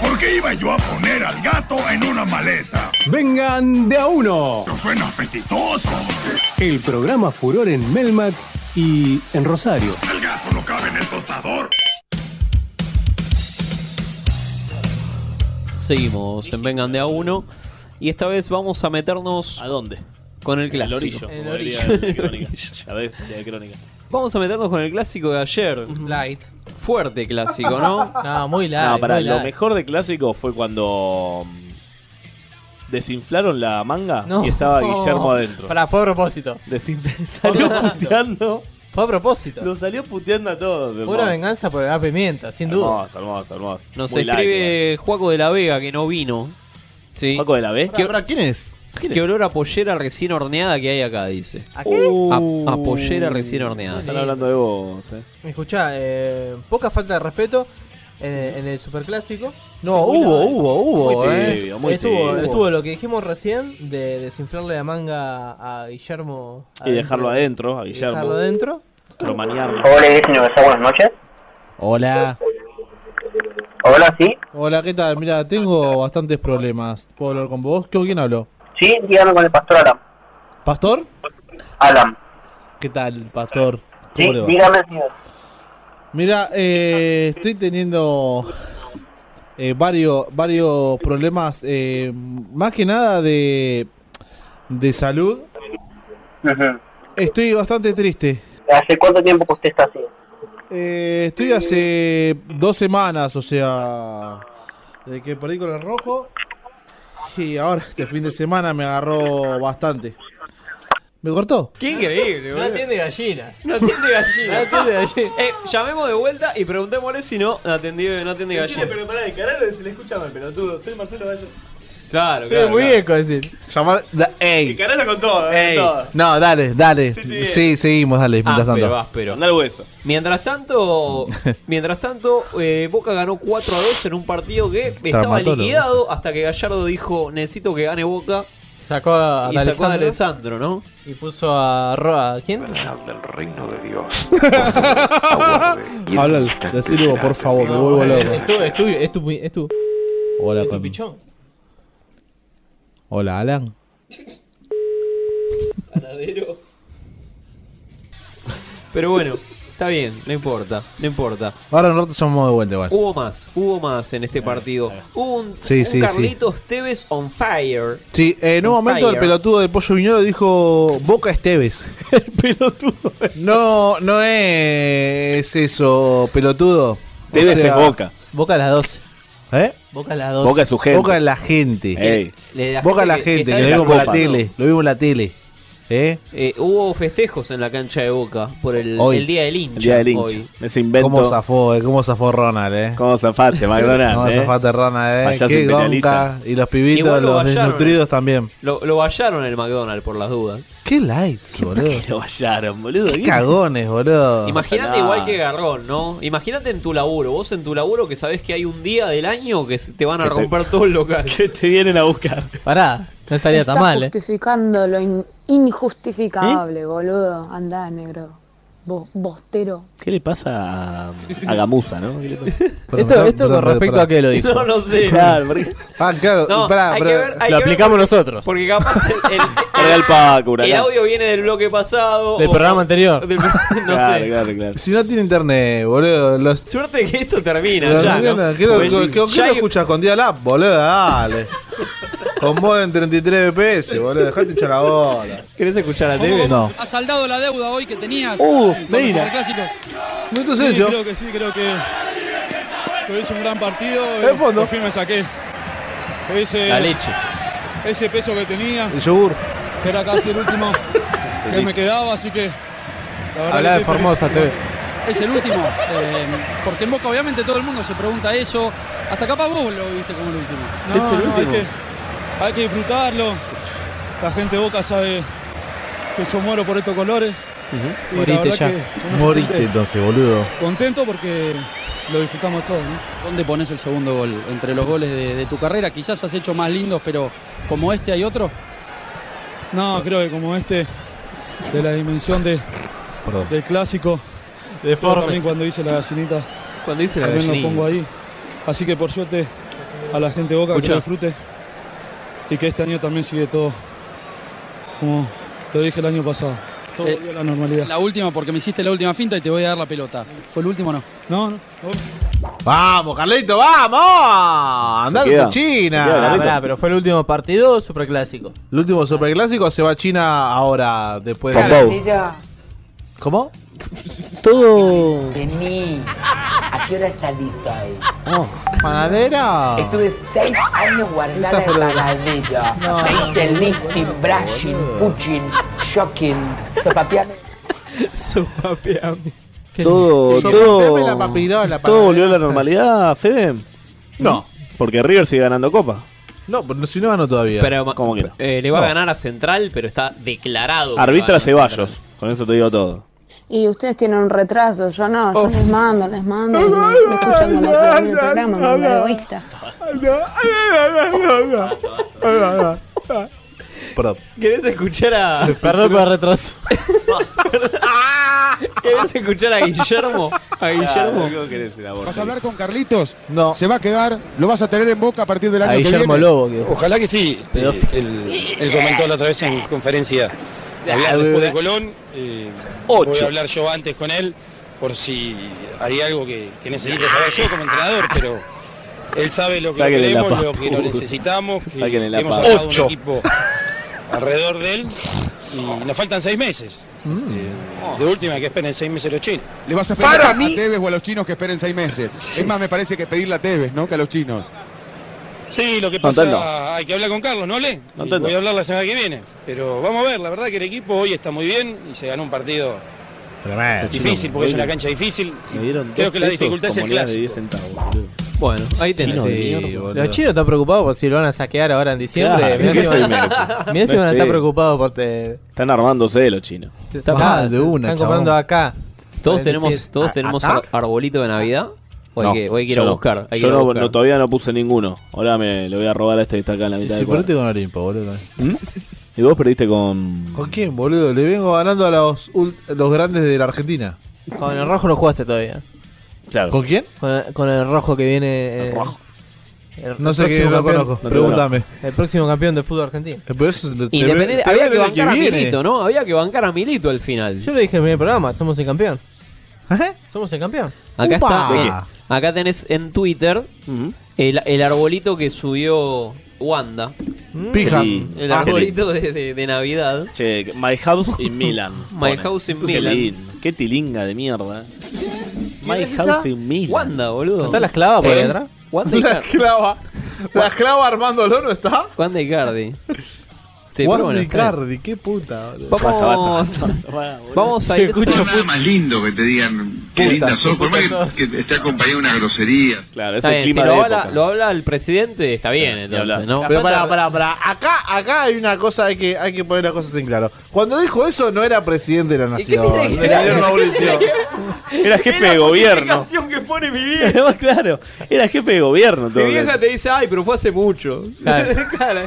¿Por qué iba yo a poner al gato en una maleta? Vengan de a uno. Suena apetitoso. El programa Furor en Melmac y en Rosario. El gato no cabe en el tostador. Seguimos en Vengan de a uno. Y esta vez vamos a meternos. ¿A dónde? Con En el el clásico. orillo. como *laughs* diría la crónica. La vez de la crónica. Vamos a meternos con el clásico de ayer. Light. Fuerte clásico, *laughs* ¿no? No, muy largo. No, pará, muy lo largo. mejor de clásico fue cuando mm, desinflaron la manga No. Oh. y estaba *laughs* Guillermo adentro. Pará, fue a propósito. Desinf- *laughs* *laughs* salió puteando. Fue a propósito. Lo salió puteando a todos. Fue hermoso. una venganza por el gas pimienta, sin duda. Hermoso, hermoso, hermoso. Nos Muy like, escribe Juaco de la Vega que no vino. ¿Sí? ¿Juaco de la Vega? ¿Quién es? ¿Quién Que es? olor a pollera recién horneada que hay acá, dice. ¿A Uh. qué? a, pollera recién horneada. Están hablando de vos, eh. Escuchá, eh, poca falta de respeto en el, en el superclásico. No, Muy hubo, largo. hubo, hubo, Muy eh. tibio, muy estuvo, estuvo lo que dijimos recién de desinflarle la manga a Guillermo. Y dejarlo adentro, a Y Guillermo. Dejarlo adentro. Cromanearlo. Hola, Iglesia Universal, buenas noches. Hola. Hola, sí. Hola, ¿qué tal? Mira, tengo bastantes problemas. ¿Puedo hablar con vos? ¿Con quién hablo? Sí, dígame con el pastor Aram. ¿Pastor? Alam. ¿Qué tal, pastor? Sí, ¿Cómo le va? dígame, señor. Mira, eh, estoy teniendo eh, varios, varios problemas, eh, más que nada de, de salud. Estoy bastante triste. ¿Hace cuánto tiempo que usted está así? Eh, estoy hace dos semanas, o sea, de que perdí con el rojo. Y ahora este fin de semana me agarró bastante. ¿Me cortó? Qué increíble, No atiende gallinas. No atiende gallina. No atiende gallina. *laughs* Eh, llamemos de vuelta y preguntémosle si no atendió, no atiende gallina. pará de carajo, se le escucha mal, pelotudo. Soy Marcelo Gallo. Claro, Se ve muy eco decir. Llamar. da- ey. Carajo con todo, ey. No, dale, dale. Sí, Ah, seguimos, dale, mientras Áspero, tanto. áspero. Anda al hueso. Mientras *laughs* tanto, mientras tanto eh, Boca ganó 4 a 2 en un partido que estaba Traumatólogo. liquidado hasta que Gallardo dijo, necesito que gane Boca. Sacó a, y sacó a Alessandro, ¿no? Y puso a Roa. ¿a ¿Quién? del reino de Dios. Habla, decirlo, por favor, me vuelvo Es loco. tu, es tu, es tu, es tu- Hola, es tu con- pichón. Hola, Alan. Pero bueno, está bien, no importa, no importa. Ahora en un rato llamamos de vuelta, igual. Hubo más, hubo más en este Eh, partido. Hubo un, Sí, un sí, sí. Carlitos Tevez on fire. Sí, eh, en un On momento el fire. pelotudo del pollo viñolo dijo Boca Esteves. *laughs* el pelotudo. No, no es eso, pelotudo. Tevez es Boca. Boca a las 12. ¿Eh? Boca a las 12. Boca es su gente. Boca es la gente. Ey. Boca a la que- que gente, está en las que lo vimos por la copas, tele. Lo vimos en la tele. ¿Eh? Eh, hubo festejos en la cancha de Boca por el, Hoy. el Día del Hincha. El Día del Hincha. hoy. Ese invento. ¿Cómo zafó, eh? ¿Cómo zafó Ronald, eh? ¿Cómo zafaste, McDonald's, ¿Cómo eh? zafaste Ronald, eh? Payaso Qué imperialista. gonca. Y los pibitos, Igual lo los vallaron. desnutridos también. Lo, lo vallaron el McDonald's por las dudas. Qué lights, boludo. Lo vallaron, boludo. Qué cagones, boludo. Imagínate igual que Garrón, ¿no? Imagínate en tu laburo, vos en tu laburo que sabés que hay un día del año que se- te van a Que te- romper todo *laughs* el local. Que te vienen a buscar. Pará, no estaría tan Estás mal, eh. Justificando lo in- injustificable, boludo. Andá, negro. Bo- bostero. ¿Qué le pasa a, a Gamusa, no? ¿Qué le pasa? Esto, esto con respecto a qué lo *laughs* dijo. No, no sé. Claro, porque- Ah, claro, No, pará, hay pero- que ver- hay lo que ver aplicamos porque- nosotros. Porque capaz el, *laughs* el- Carga el Paco, eh, el huracán. audio viene del bloque pasado. Del o- programa anterior. *laughs* del- no Claro, sé. claro, claro. Si no tiene internet, boludo. Los... Suerte que esto termina los- ya, ¿no? ¿Qué Pues lo, Porque qué- qué lo ya hay- escuchas con Dialab, *laughs* boludo? Dale. con modo en 33 BPS, boludo. Dejate echar la bola. ¿Querés escuchar la tele? No. ¿Has saldado la deuda hoy que tenías? Uh, con los Medina. Superclásicos? Minuto Sí, silencio. creo que sí, creo que lo hice un gran partido. El fondo. Por fin me saqué. Ese, La leche. Ese peso que tenía, El yogur. que era casi el último Se que dice. me quedaba, así que... la verdad Hablá que de estoy Formosa feliz. TV. Es el último, eh, porque en Boca obviamente todo el mundo se pregunta eso. Hasta capaz vos lo viste como el último. Es el hay último. que- hay que disfrutarlo. La gente de Boca sabe que yo muero por estos colores. Y la Moriste verdad ya. que uno se Moriste siente entonces, boludo. Contento porque lo disfrutamos todos. ¿Dónde pones el segundo gol? Entre los goles de, de tu carrera, quizás has hecho más lindos, pero como este hay otro. No, creo que como este, de la dimensión de, Perdón. del clásico. Deforme. Yo También cuando hice la gallinita. Cuando hice la también gallinita. lo pongo ahí. Así que por suerte a la gente de Boca Escuchá. que lo disfrute. Y que este año también sigue todo como lo dije el año pasado. Todo Eh, volvió a la normalidad. La última, porque me hiciste la última finta y te voy a dar la pelota. ¿Fue el último o no? No, no. Vamos, Carlito, vamos. Andá queda. a China. Pará, Ah, pará, pero fue el último partido o *laughs* superclásico. El último superclásico se va a China ahora, después de... ¿Cómo? Todo. Vení. ¿A qué hora está lista ahí? Oh, Ah, Ah. panadera. Estuve seis años guardada Esa fue en la- panadera. No. Me hice lifting, brushing, puching, shocking, sopapeame. Sopapeame. Todo, Yo todo, golpeame la papirola, todo papirola. volvió a la normalidad, Fede. No. Porque River sigue ganando copa. No, pero si no ganó todavía. Pero, ma- ¿Cómo que no? eh, le va No. a ganar a Central, pero está declarado. que va a Arbitra ganar Ceballos. Con eso te digo todo. Y ustedes tienen un retraso, yo no, yo les mando, les mando, y me, me escuchan cuando termina el programa, me vuelvo egoísta. 아, Perdón. ¿Querés escuchar a. Perdón por el retraso. ¿Querés escuchar a Guillermo? A Guillermo. ¿cómo querés el aborto? ¿Vas a hablar con Carlitos? No. Se va a quedar, lo vas a tener en boca a partir del A año que Guillermo viene. Lobo, que- Ojalá que sí. Eh, él, él comentó la otra vez en conferencia. Hablar después de Colón. eh, voy a hablar yo antes con él por si hay algo que, que necesite saber yo como entrenador, pero él sabe lo que Sáquenle la queremos, lo papa. que lo necesitamos, que Sáquenle la hemos papa. armado un Ocho. equipo alrededor de él y nos faltan seis meses. Mm. Este, De última que esperen seis meses los chinos. Le vas a pedir a, a Tevez o a los chinos que esperen seis meses. Es más, me parece que pedirle a Tevez, ¿no? Que a los chinos. Sí, lo que No, pasa, tanto. hay que hablar con Carlos, ¿no, Le? Y tanto. Voy a hablar la semana que viene. Pero vamos a ver, la verdad que el equipo hoy está muy bien y se ganó un partido Eh, difícil, porque es una cancha difícil. y Creo que la dificultad es el clásico. Bueno, ahí tenés. Chino, Sí, señor. boludo. Los chinos están preocupados por si lo van a saquear ahora en diciembre. Claro, mirá, ¿qué si se van, merece? *laughs* mirá si van a estar Sí. preocupados por te. Están armándose los chinos. Está mal, de una, están comprando acá. Todos Es tenemos, decir, todos ¿a- tenemos acá? ar- arbolito de Navidad. O hay No, que, o hay que ir yo a no. buscar. hay que Yo ir a no, buscar. no- todavía no puse ninguno. Ahora me le voy a robar a este que está acá en la mitad Si del perdiste cuadro. con Olimpo, boludo. ¿Mm? Y vos perdiste con. ¿Con quién, boludo? Le vengo ganando a los, ult- los grandes de la Argentina. Con el rojo no jugaste todavía. Claro. ¿Con quién? Con, con el rojo que viene. eh, el No sé próximo qué, no campeón- conozco. No te Pregúntame. El próximo campeón del fútbol argentino. Eh, pero eso te- Y te- depende- te había veo que el bancar a viene. Milito, ¿no? Había que bancar a Milito al final. Yo lo dije en el primer programa, somos el campeón. Somos el campeón. Acá Upa. está. Acá tenés en Twitter el, el arbolito que subió Wanda. Pijas. El Ah, arbolito de, de- de Navidad. Che, My House in Milan. My House in Qué Milan. lindo. Qué tilinga de mierda. My ¿Quién es House esa? in Milan. Wanda, boludo. ¿No está la Ah, esclava Eh. por ahí atrás? Wanda y La esclava. La esclava Armando no está. Wanda Icardi. chiste, pero bueno. está bien. Cardi, qué *laughs* puta. boludo. Vamos, vamos a Se ir. escucha sobre- puta. más lindo que te digan qué Puta, linda sos, por más puta que- sos. que, te esté acompañado de una grosería. Claro, Está bien, si lo, habla, lo habla el presidente, está bien, entonces, ¿no? Pero pará, pará, pará. Acá, acá hay una cosa hay que hay que poner las cosas en claro. Cuando dijo eso no era presidente de la nación. tiene que *laughs* era ver? *laughs* señor Mauricio. Era jefe de gobierno. que pone mi *laughs* Además, claro, era jefe de gobierno. todo Mi vieja eso. te dice, ay, pero fue hace mucho. *laughs* Claro. Cara.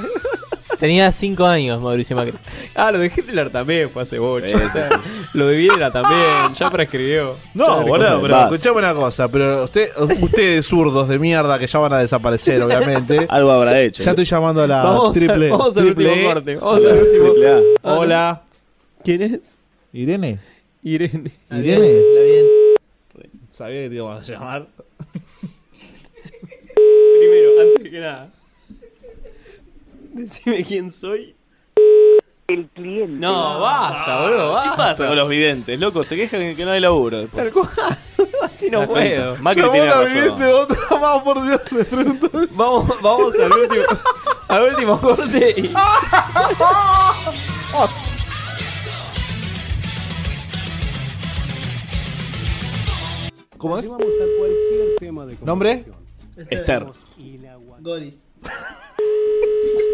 Tenía 5 años Mauricio Macri. Ah, lo de Hitler también fue hace mucho. o sea, Lo de Videla también, ya prescribió. Ya No, boludo, prescribió. pero Vas. escuchame una cosa, pero usted, ustedes zurdos de mierda que ya van a desaparecer, obviamente. Algo habrá hecho. Ya estoy llamando a la Vamos al- triple. vamos al triple último E. corte, vamos al último. Triple A. Ah, no. Hola. ¿Quién es? Irene. Irene. Irene. Sabía que te íbamos a *laughs* llamar. Primero, antes que nada. Decime quién soy. El cliente. Ah, No, basta, boludo, basta. ¿Qué pasa con los videntes, loco? Se quejan de que no hay laburo. después. Así no este- puedo. Macri tiene razón. otra más, por Dios, me pregunto. Vamos, vamos al último, al último corte y. ¿Cómo es? Vamos a cualquier tema de Este ¿Nombre? Esther. Golis. *laughs*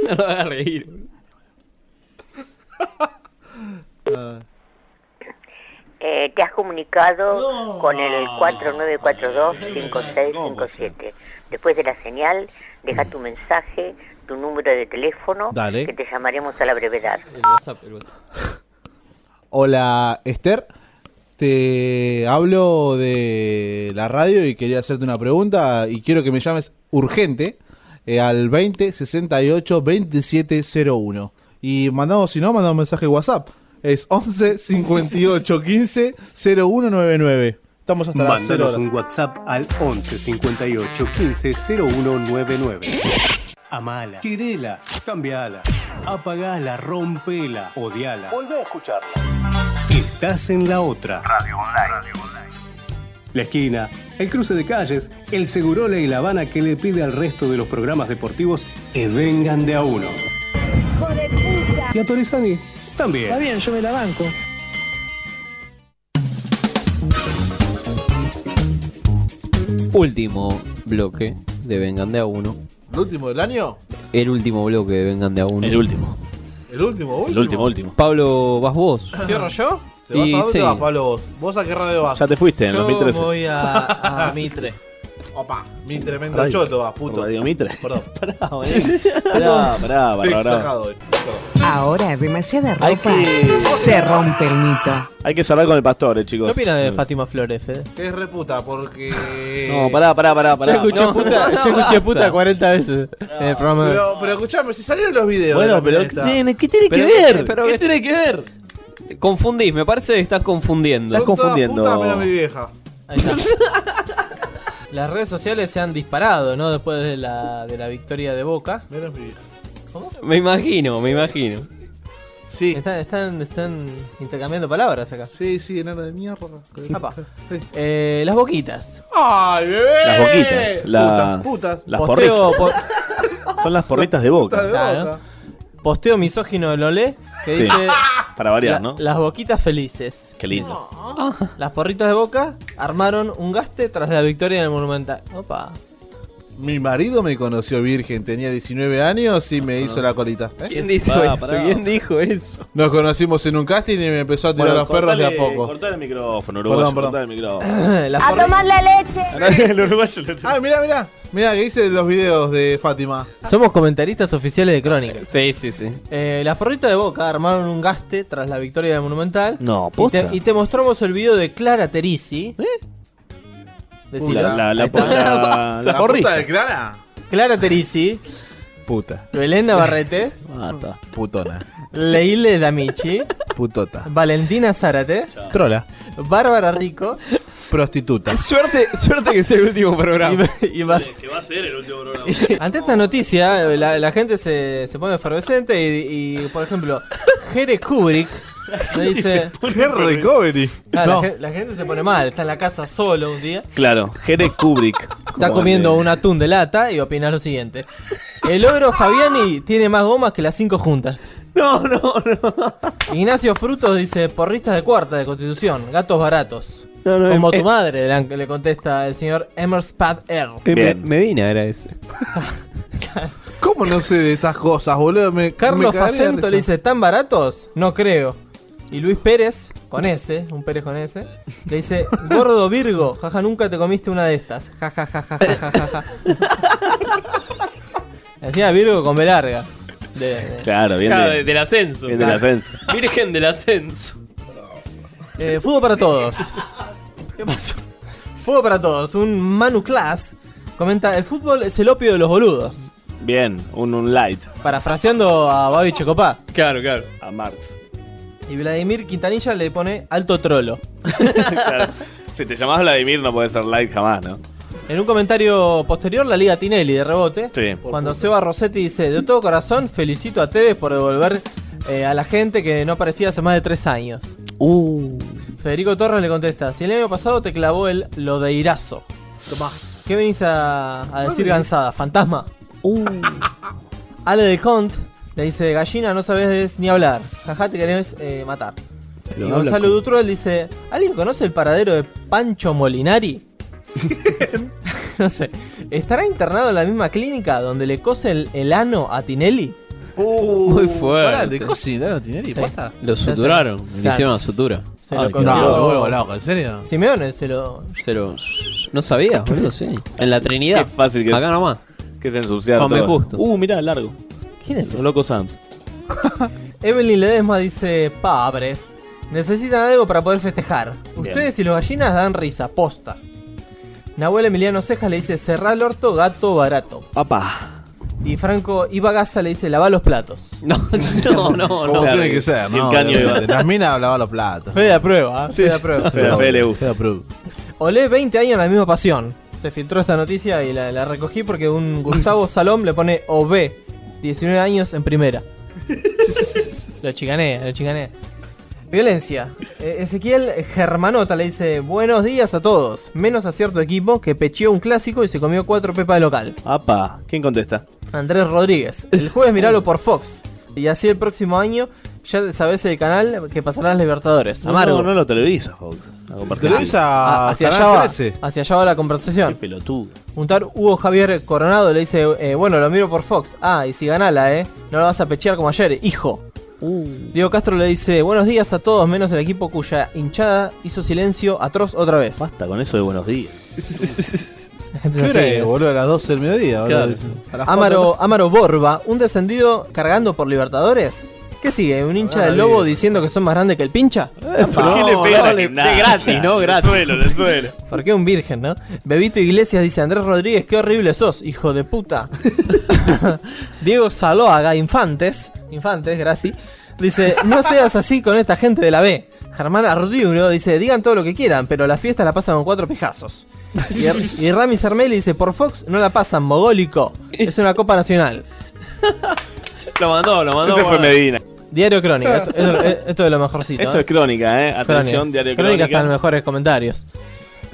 No lo hagas reír. Eh, te has comunicado con el 4942-5657. Después de la señal, deja tu mensaje, tu número de teléfono, Dale. que te llamaremos a la brevedad. Hola, Esther. Te hablo de la radio y quería hacerte una pregunta y quiero que me llames urgente eh, al 20 68 2701. Y mandamos, si no, mandamos un mensaje de WhatsApp. Es 11 58 15 0199. Estamos hasta las 0 Mándanos horas. un WhatsApp al 11 58 15 0199. Amala, querela, cambiala, apagala, rompela, odiala. Volvé a escucharla. Estás en la otra. Radio Online. La esquina, el cruce de calles, el Segurola y La Habana que le pide al resto de los programas deportivos que vengan de a uno. ¡Hijo de puta! Y a Torizani también. Está bien, yo me la banco. *laughs* Último bloque de Vengan de a uno. ¿El último del año? El último bloque de Vengan de a uno. El último. ¿El último? último? último. Pablo, *laughs* vas vos. ¿Cierro yo? ¿Te Y vas a dónde sí. vas, Pablo? Vos? ¿Vos a qué radio vas? Ya te fuiste en Yo 2013. voy *laughs* a, a Mitre. Opa, mi tremendo Radio- choto vas, puto. Radio Mitre. Perdón. Ah, Pará, Pará, pará, pará, Estoy pará. sacado, eh. Ahora, demasiada Hay ropa que- se rompe el mito. Hay que cerrar con el pastor, eh, chicos. ¿Qué opinas de Fátima Flores, Fede? Que es reputa porque. No, pará, pará, pará. pará. Yo escuché No, puta, no, yo escuché basta. puta 40 veces en el programa. de- Pero, pero escuchame, si salieron los videos. Bueno, de la pero fiesta. ¿qué tiene- qué tiene Pero- que ver? pero- ¿Qué tiene que ver? Confundís, me parece que estás confundiendo. Son todas putas menos mi vieja. *laughs* Las redes sociales se han disparado, ¿no? Después de la, de la victoria de Boca. Menos mi vieja. Me imagino, me imagino. Sí. Están, están, están intercambiando palabras acá. Sí, sí, enano de mierda. Apa. Eh, las boquitas. ¡Ay, bebé! Las boquitas. Las, putas. las Posteo porritas. Son las porritas de boca. Claro. Posteo misógino de Lolé que Sí. dice. Para variar, "La- ¿no? Las boquitas felices. Qué lindo. Las porritas de boca armaron un gaste tras la victoria en el Monumental. Opa. Mi marido me conoció virgen, tenía 19 años y me hizo la colita. ¿Eh? Ah. ¿Quién dijo Pará, eso? pará. ¿Quién dijo eso? Nos conocimos en un casting y me empezó a tirar Bueno, los perros de a cortale- *laughs* poco. Cortale el micrófono, uruguayo. Perdón, perdón. Cortale el micrófono. ¡A tomar la leche! El uruguayo le- Ah, mirá, mirá. Mirá, que hice los videos de Fátima. Somos comentaristas oficiales de Crónica. Sí, sí, sí. Eh, las porritas de Boca armaron un gaste tras la victoria del Monumental. No, Y posta. te, y te mostramos el video de Clara Terisi. ¿Eh? Decilo. Uh, La, la, la, Ahí *laughs* está. la, la porrita. Clara? Clara Terisi, Puta. Belén *laughs* Navarrete, Basta. Putona. Leile Damichi, Putota. Valentina Zárate, Trola. Bárbara Rico. Prostituta. Suerte, suerte que sea el último programa. Y va- Que va a ser el último programa. *laughs* Ante esta noticia, la, la gente se, se pone efervescente y, y, por ejemplo, Jere *laughs* Kubrick me dice... Qué recovery. Ah, No. la, gen- la gente se pone mal, está en la casa solo un día. Claro, Jere *laughs* Kubrick. Está comiendo un atún de lata y opinas lo siguiente. El ogro Fabiani tiene más gomas que las cinco juntas. No, no, no. Ignacio Frutos dice, porristas de cuarta de constitución, gatos baratos. No, no, Como em- tu madre, le, le contesta el señor Emerspad R. Eh, Me- Medina era ese. *laughs* ¿Cómo no sé de estas cosas, boludo? Me, Carlos me cagaría de Facento risa. le dice, ¿están baratos? No creo. Y Luis Pérez, con S, un Pérez con S, le dice, gordo Virgo, jaja, nunca te comiste una de estas. Ja, ja, ja, ja, ja, ja, ja, ja. Encima Virgo con B larga. De- de- Claro, bien. Claro, de- de- del ascenso. Bien del Claro. ascenso. *laughs* Virgen del ascenso. *laughs* Eh, fútbol para todos. ¿Qué pasó? Fútbol para todos. Un Manu Class comenta: el fútbol es el opio de los boludos. Bien, un, un light. Parafraseando a Babi Checopá. Claro, claro. A Marx. Y Vladimir Quintanilla le pone alto trolo. Claro. Si te llamás Vladimir no puede ser light jamás, ¿no? En un comentario posterior, la Liga Tinelli de rebote. Sí. Cuando Seba Rossetti dice: De todo corazón, felicito a Tevez por devolver eh, a la gente que no aparecía hace más de tres años. Uh. Federico Torres le contesta: Si el año pasado te clavó el lo de Irazo. Tomá, ¿Qué venís a, a decir venís. gansada? ¿Fantasma? uh. Ale de Cont le dice: Gallina, no sabes ni hablar. Jajá, te querés eh, matar. Pero y habla Gonzalo como- Dutrol dice: ¿Alguien conoce el paradero de Pancho *laughs* Molinari? no sé. ¿Estará internado en la misma clínica donde le cose el, el ano a Tinelli? Muy fuerte. Uh, Pará, de cocina, Tinelli, Sí. posta. Lo Ya se- suturaron, le Claro. hicieron la sutura. Se Ay, lo qué cortó. loco. ¿en serio? Simeone se lo. Se lo- No sabía, boludo, sí. En la Trinidad. Qué fácil que Acá es. nomás. Que se ensuciaron. Come todo. justo. Uh, mirá, largo. ¿Quién es Los ese? locos Sams. Evelyn Ledesma dice: Pabres, necesitan algo para poder festejar. Bien. Ustedes y los gallinas dan risa, posta. Nahuel Emiliano Cejas le dice: Cerrá el orto, gato barato. Papá. Y Franco Ibagaza le dice: Lavá los platos. No, no, no. Como tiene que ser, Y el ¿no? caño obviamente. iba. Las minas lavaban los platos. Fue de la prueba, ¿eh? Fue Sí, de la sí. prueba. Fue de la Fue de la PLU. Fue de la prueba. Olé 20 años en la misma pasión. Se filtró esta noticia y la, la recogí porque un Gustavo *laughs* Salom le pone OB, 19 años en primera. lo chicané, lo chicané. Violencia. E- Ezequiel Germanota le dice: Eh, Buenos días a todos, menos a cierto equipo que pecheó un clásico y se comió cuatro pepas de local. Apa. ¿Quién contesta? Andrés Rodríguez. El jueves miralo por Fox. Y así el próximo año ya sabés el canal que pasarán las Libertadores. No, Amargo. No, no lo televisa, Fox. La compartís. Ah, hacia allá va, hacia allá va la conversación. pelotudo. Un tal Hugo Javier Coronado le dice, eh, bueno, lo miro por Fox. Ah, y si ganala, ¿eh? No lo vas a pechear como ayer, hijo. Uh, Diego Castro le dice, buenos días a todos, menos el equipo cuya hinchada hizo silencio atroz otra vez. Basta con eso de buenos días. *laughs* La gente ¿Qué es así, hora es. es, boludo? A las 12 del mediodía, boludo. Claro. Dicen. A las Amaro, cuatro- Amaro Borba, un descendido cargando por Libertadores. ¿Qué sigue? ¿Un hincha del lobo diciendo que son más grandes que el pincha? Eh. ¿Por "Ah, qué le pegan al gimnasio? gratis, ¿no? En el Gratis. suelo, en el suelo. ¿Por qué un virgen, no? Bebito Iglesias dice, Andrés Rodríguez, qué horrible sos, hijo de puta. Diego Saloaga, Infantes, Infantes, gracias. Dice, no seas así con esta gente de la B. Germán Ardiuro dice, digan todo lo que quieran, pero la fiesta la pasan con cuatro pijazos. Y, y Rami Sarmeli dice, por Fox no la pasan, mogólico. Es una copa nacional. Lo mandó, lo mandó. Ese fue bueno. Medina. Diario Crónica, esto, esto- *laughs* esto es lo mejorcito. Esto ¿eh? es crónica, ¿eh? Atención, diario Crónica crónica. están los mejores comentarios.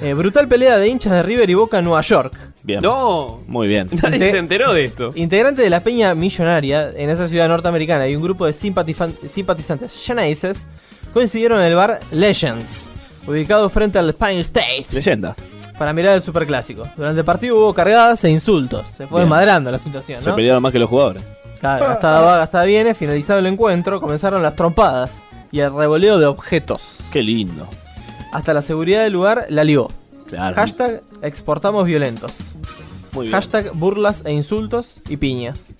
Eh, brutal pelea de hinchas de River y Boca en Nueva York. Bien. *laughs* No. Muy bien. Inte- se enteró de esto. Integrante de la peña millonaria en esa ciudad norteamericana y un grupo de simpatifan- simpatizantes yanaises coincidieron en el bar Legends, ubicado frente al Spine State. Leyenda. Para mirar el superclásico. Durante el partido hubo cargadas e insultos. Se fue Bien. desmadrando la situación, Se ¿no? pelearon más que los jugadores. Claro, gastada va, gastada viene. Finalizado el encuentro, comenzaron las trompadas y el revoleo de objetos. Qué lindo. Hasta la seguridad del lugar la lió. Claro. Hashtag exportamos violentos. Muy bien. Hashtag burlas e insultos y piñas.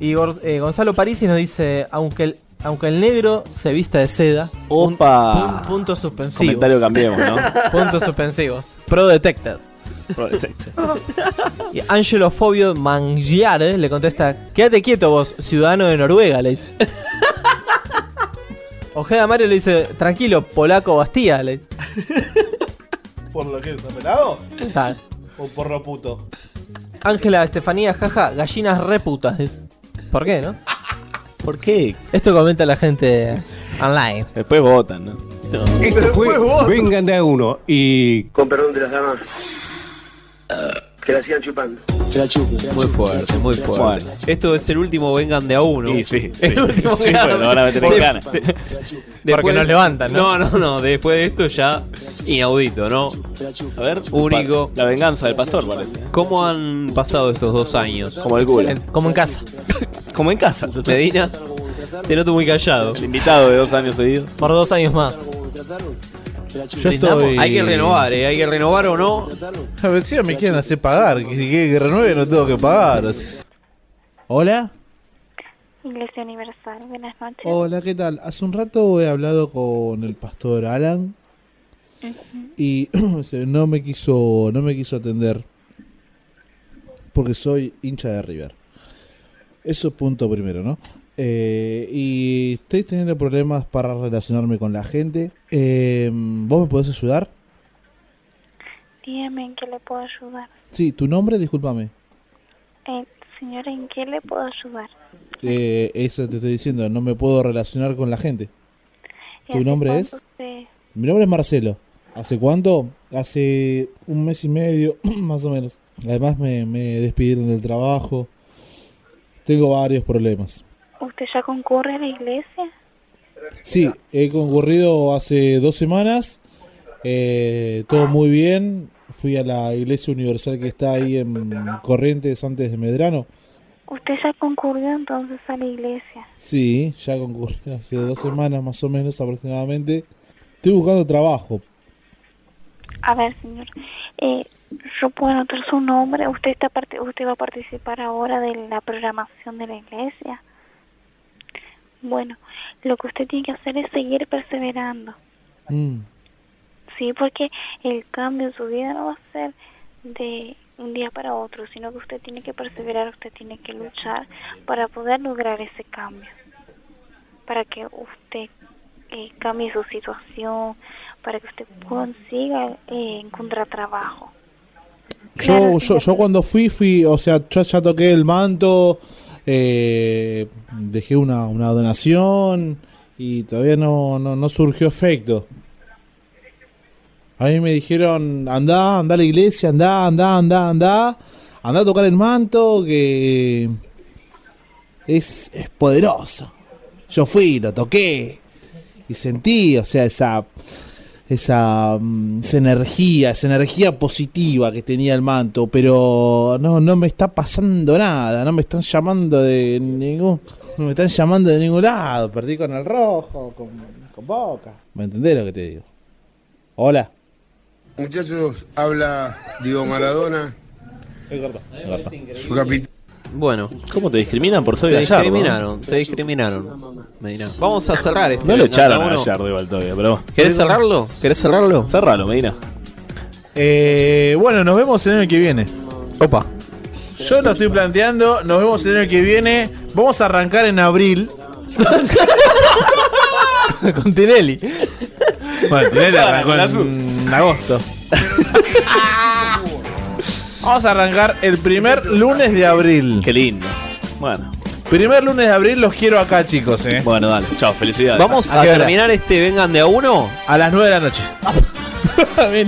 Y Gor- eh, Gonzalo Parisi nos dice, aunque el, aunque el negro se vista de seda, pun- Opa. pun- puntos suspensivos. Comentario cambiemos, ¿no? Puntos suspensivos. Pro detected. Y Angelo Fobio Mangiare le contesta, quédate quieto vos, ciudadano de Noruega, le dice. Ojeda Mario le dice, tranquilo, polaco Bastía, le dice. ¿Por lo que está pelado? Tal. ¿O por lo puto? Ángela Estefanía, jaja, gallinas reputas. dice. ¿Por qué, no? ¿Por qué? Esto comenta la gente online. Después votan, ¿no? Esto fue Vengan de a uno y Con perdón de las damas. Que la sigan chupando. Muy fuerte, muy fuerte. Esto es el último vengan de a uno. Sí, *laughs* sí. sí. Sí, bueno, ahora me tenés ganas. Porque nos levantan, ¿no? No, no, Después de esto ya inaudito, ¿no? A ver, Único. La venganza del pastor, parece. ¿Cómo han pasado estos dos años? Como el culo. Como en casa. Como en casa. Medina, te noto muy callado. El invitado de dos años seguidos. Por dos años más. Yo estoy. Hay que renovar, ¿eh? Hay que renovar o no. A ver si me quieren hacer pagar. Que si quieren que renueve, no tengo que pagar. Hola. Iglesia Universal, buenas noches. Hola, ¿qué tal? Hace un rato he hablado con el pastor Alan Ujú. y *clears throat* se- no me quiso no me quiso atender porque soy hincha de River. Eso punto primero, ¿no? Eh, y estoy teniendo problemas para relacionarme con la gente. Eh, ¿Vos me podés ayudar? Dígame en qué le puedo ayudar. Sí, tu nombre, discúlpame. Eh, señora, ¿en qué le puedo ayudar? Eh, eso te estoy diciendo, no me puedo relacionar con la gente. ¿Y ¿Tu hace nombre cuánto es? usted- Mi nombre es Marcelo. ¿Hace cuánto? Hace un mes y medio, *clears throat* más o menos. Además me, me despidieron del trabajo. Tengo varios problemas. ¿Usted ya concurre a la iglesia? Sí, he concurrido hace dos semanas. eh, todo muy bien. Fui a la iglesia universal que está ahí en Corrientes antes de Medrano. ¿Usted ya concurrió entonces a la iglesia? Sí, ya concurrí hace dos semanas más o menos aproximadamente. Estoy buscando trabajo. A ver, señor, eh, yo puedo anotar su nombre. ¿Usted está parte- usted va a participar ahora de la programación de la iglesia? Bueno, lo que usted tiene que hacer es seguir perseverando. Mm, Sí, porque el cambio en su vida no va a ser de un día para otro, sino que usted tiene que perseverar, usted tiene que luchar para poder lograr ese cambio, para que usted eh, cambie su situación, para que usted consiga eh, encontrar trabajo. Yo, yo, yo cuando fui, fui, o sea, yo ya toqué el manto, eh, dejé una, una donación y todavía no, no, no surgió efecto. A mí me dijeron, andá, andá a la iglesia, andá, andá, andá, andá, andá a tocar el manto, que es, es poderoso. Yo fui, lo toqué y sentí, o sea, esa esa, mm, esa energía, esa energía positiva que tenía el manto, pero no, no me está pasando nada, no me están llamando de ningún, no me están llamando de ningún lado, perdí con el rojo, con, con boca. ¿Me entendés lo que te digo? Hola. Muchachos, habla Diego Maradona. Su capitán. Bueno. ¿Cómo te discriminan por ser Te eh? gallardo? discriminaron, te discriminaron. Medina. Vamos a cerrar este. No lo echaron ¿no? a gallardo igual todavía, pero... ¿Querés cerrarlo? ¿Querés cerrarlo? Cerralo, Medina. Eh, bueno, nos vemos el año que viene. Opa. Yo lo estoy planteando, nos vemos el año que viene. Vamos a arrancar en *laughs* abril. Con Tinelli. Bueno, Tinelli arrancó en agosto. 아, Vamos a arrancar el primer lunes de abril. Qué lindo. Bueno. Primer lunes de abril los quiero acá, chicos, eh. Bueno, dale. Chao, felicidades. Vamos a terminar este Vengan de a uno. Ah, A las 9 de la noche.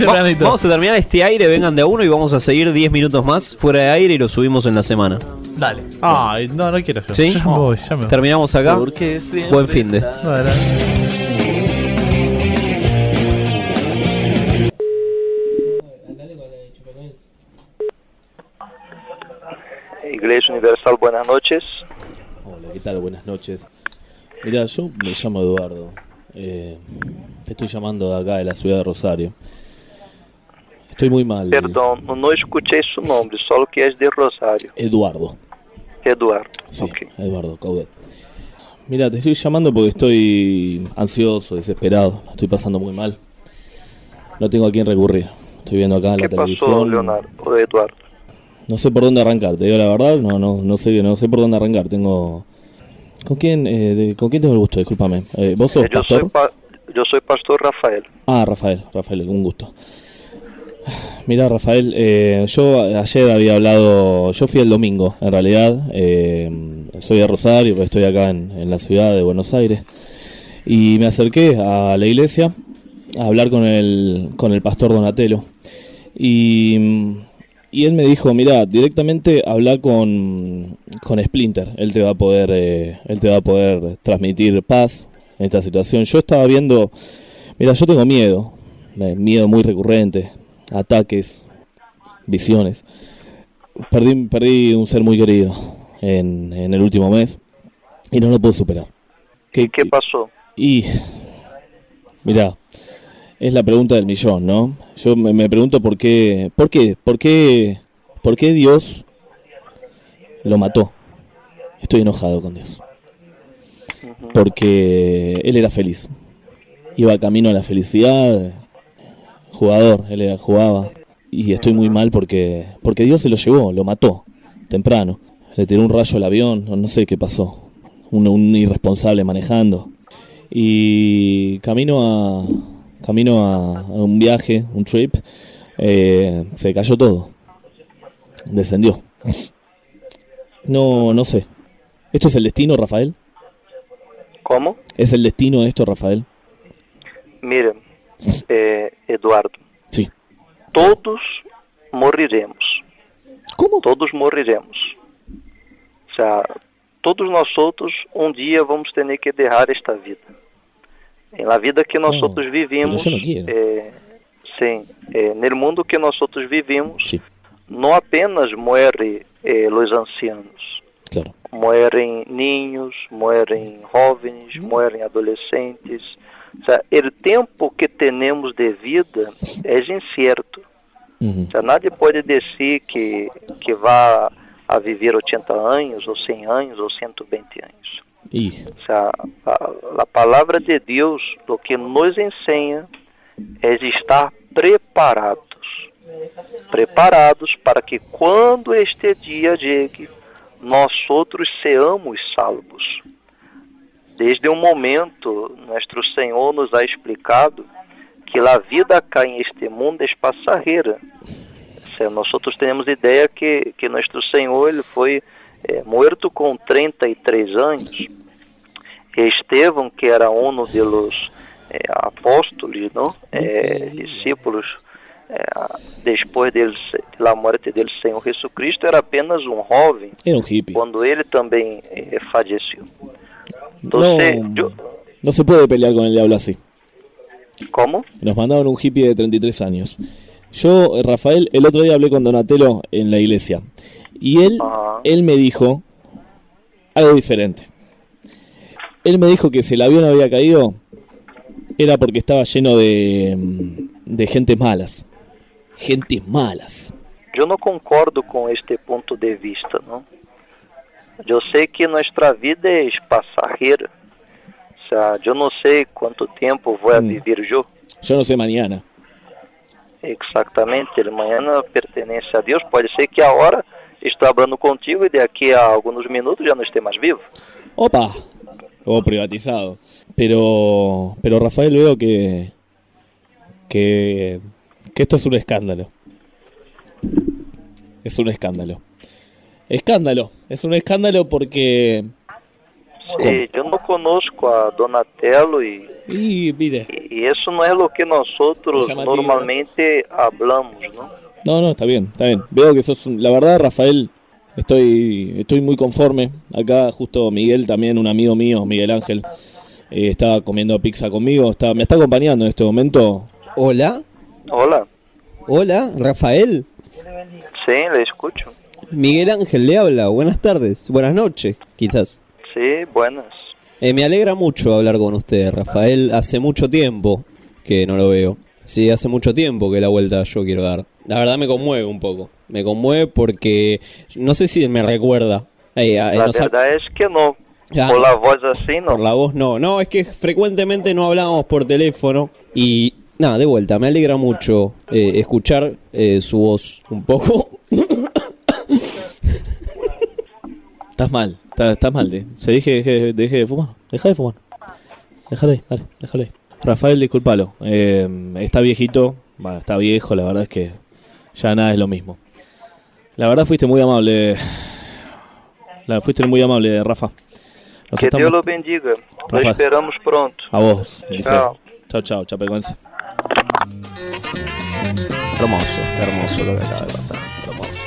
Va- vamos a terminar este aire Vengan de a uno y vamos a seguir 10 minutos más fuera de aire y lo subimos en la semana. Dale. Ay, no, no quiero. ¿Sí? Ya me voy, ya me voy. Terminamos acá. Buen fin de. Eh, Iglesia Universal, buenas noches. Hola, ¿qué tal? Buenas noches. Mira, yo me llamo Eduardo. Eh, te estoy llamando de acá, de la ciudad de Rosario. Estoy muy mal. Perdão, não escutei seu nome, só o que é de Rosário. Eduardo. Eduardo. Sí, Eduardo Caudet. Mira, te estoy llamando porque estoy ansioso, desesperado. La estoy pasando muy mal. No tengo a quién recurrir. Estoy viendo acá en la O que passou, televisión. Leonardo? Ô, Eduardo. No sé por dónde arrancar, te digo la verdad, no, no, no sé, no sé por dónde arrancar. Tengo. ¿Con quién, eh, de- ¿con quién tengo el gusto? Discúlpame. Eh, ¿Vos sos Eu pastor? sou, pa- eu sou pastor Rafael. Ah, Rafael, Rafael, un gusto. Mira, Rafael, eh, yo ayer había hablado, yo fui el domingo, en realidad, eh, soy de Rosario, pero estoy acá en, en la ciudad de Buenos Aires, y me acerqué a la iglesia a hablar con el, con el pastor Donatello, y, Y él me dijo, mira, directamente habla con, con Splinter, él te va a poder, eh, él te va a poder transmitir paz en esta situación. Yo estaba viendo, mira, yo tengo miedo, eh, miedo muy recurrente, ataques, visiones. Perdí, perdí un ser muy querido en, en el último mes y no lo puedo superar. ¿Y qué pasó? Y, mira, es la pregunta del millón, ¿no? Yo me, me pregunto por qué, por qué, por qué, por qué Dios lo mató. Estoy enojado con Dios. Porque él era feliz. Iba camino a la felicidad. Jugador, él era, jugaba. Y estoy muy mal porque, porque Dios se lo llevó, lo mató, temprano. Le tiró un rayo al avión, no- no sé qué pasó. Un, un irresponsable manejando. Y camino a, camino a, a un viaje, un trip, eh, se cayó todo. Descendió. No, no sé. ¿Esto es el destino, Rafael? ¿Cómo? ¿Es el destino esto, Rafael? Mira, eh, Eduardo. Sí. Todos moriremos. Como? Todos moriremos. O sea, todos nós outros um dia vamos ter que derrar esta vida. Em la vida que Oh, nós outros vivimos, pero yo no eh, sim, eh, no mundo que nós outros vivimos, não apenas morre eh, os ancianos. Claro. Morrem ninhos, morrem jovens, Hum. morrem adolescentes. O sea, el tempo que temos de vida é incerto. O sea, nadie pode dizer que, que vá a viver 80 anos, ou 100 anos, ou 120 anos. Y O sea, a, a palavra de Deus, o que nos ensina é de estar preparados. Preparados para que quando este dia chegue, nós outros seamos salvos. Desde o momento, nosso Senhor nos ha explicado que a vida cá em este mundo é passageira. O sea, Nós outros temos ideia que, que nosso Senhor ele foi eh, morto com 33 anos. Estevam, que era um dos eh, apóstolos, não? Eh, discípulos, eh, depois deles, da morte dele, Senhor Jesus Cristo, era apenas um jovem, Era un hippie. quando ele também eh, faleceu. No, no se puede pelear con el diablo así. Como? Nos mandaron un hippie de 33 años. Yo, eh, Rafael, el otro día hablé con Donatello en la iglesia. Y él, él me dijo algo diferente. Él me dijo que si el avión había caído, era porque estaba lleno de, mm, de gentes malas. Gentes malas. Eu não concordo com este ponto de vista, não. Eu sei que nossa vida é passageira. Sabe? Eu não sei quanto tempo vou a viver eu. Yo no sé mañana. Exatamente, amanhã pertence a Deus. Pode ser que a hora estou falando contigo e daqui a alguns minutos já não esteja mais vivo. ¡Opa! O privatizado. Pero, pero Rafael, veo que, que, que esto es un escándalo. Es un escándalo. Escándalo. Es un escándalo porque... Sim, eu não conosco a Donatello e, Y mire. e isso não é o que nós outros normalmente hablamos, não? No, no, está bien, está bien. Veo que sos... un- La verdad, Rafael, estoy, estoy muy conforme. Acá justo Miguel, también un amigo mío, Miguel Ángel, eh, estaba comiendo pizza conmigo. Está, me está acompañando en este momento. Hola. Hola. Hola, Rafael. Sim, le escucho. Miguel Ángel le habla. Buenas tardes. Buenas noches, quizás. Sim, buenas. Eh, me alegra mucho hablar con usted, Rafael. Hace mucho tiempo que no lo veo. Sí, hace mucho tiempo que la vuelta yo quiero dar. La verdad me conmueve un poco. Me conmueve porque no sé si me recuerda. Eh, eh, La nos ha- verdad es é que no. Ah. Por la voz assim, así, no. Por la voz no. No, es que frecuentemente no hablábamos por teléfono y nada, de vuelta, me alegra mucho eh, escuchar eh, su voz un poco. Estás mal, estás, estás mal. de- Se dije, deje, deje de fumar. Deja de fumar. Déjalo ahí, dale, déjalo ahí. Rafael, discúlpalo. Eh, está viejito, bueno, está viejo, la verdad es que ya nada es lo mismo. La verdad fuiste muy amable. La, fuiste muy amable, Rafa. Nos Que estamos- Deus lo Tá bendiga. Nós Rafa. esperamos pronto. A vos, Liceo. Chao. Chao, chao, chapecoense. Hermoso, hermoso lo que acaba de pasar. Hermoso.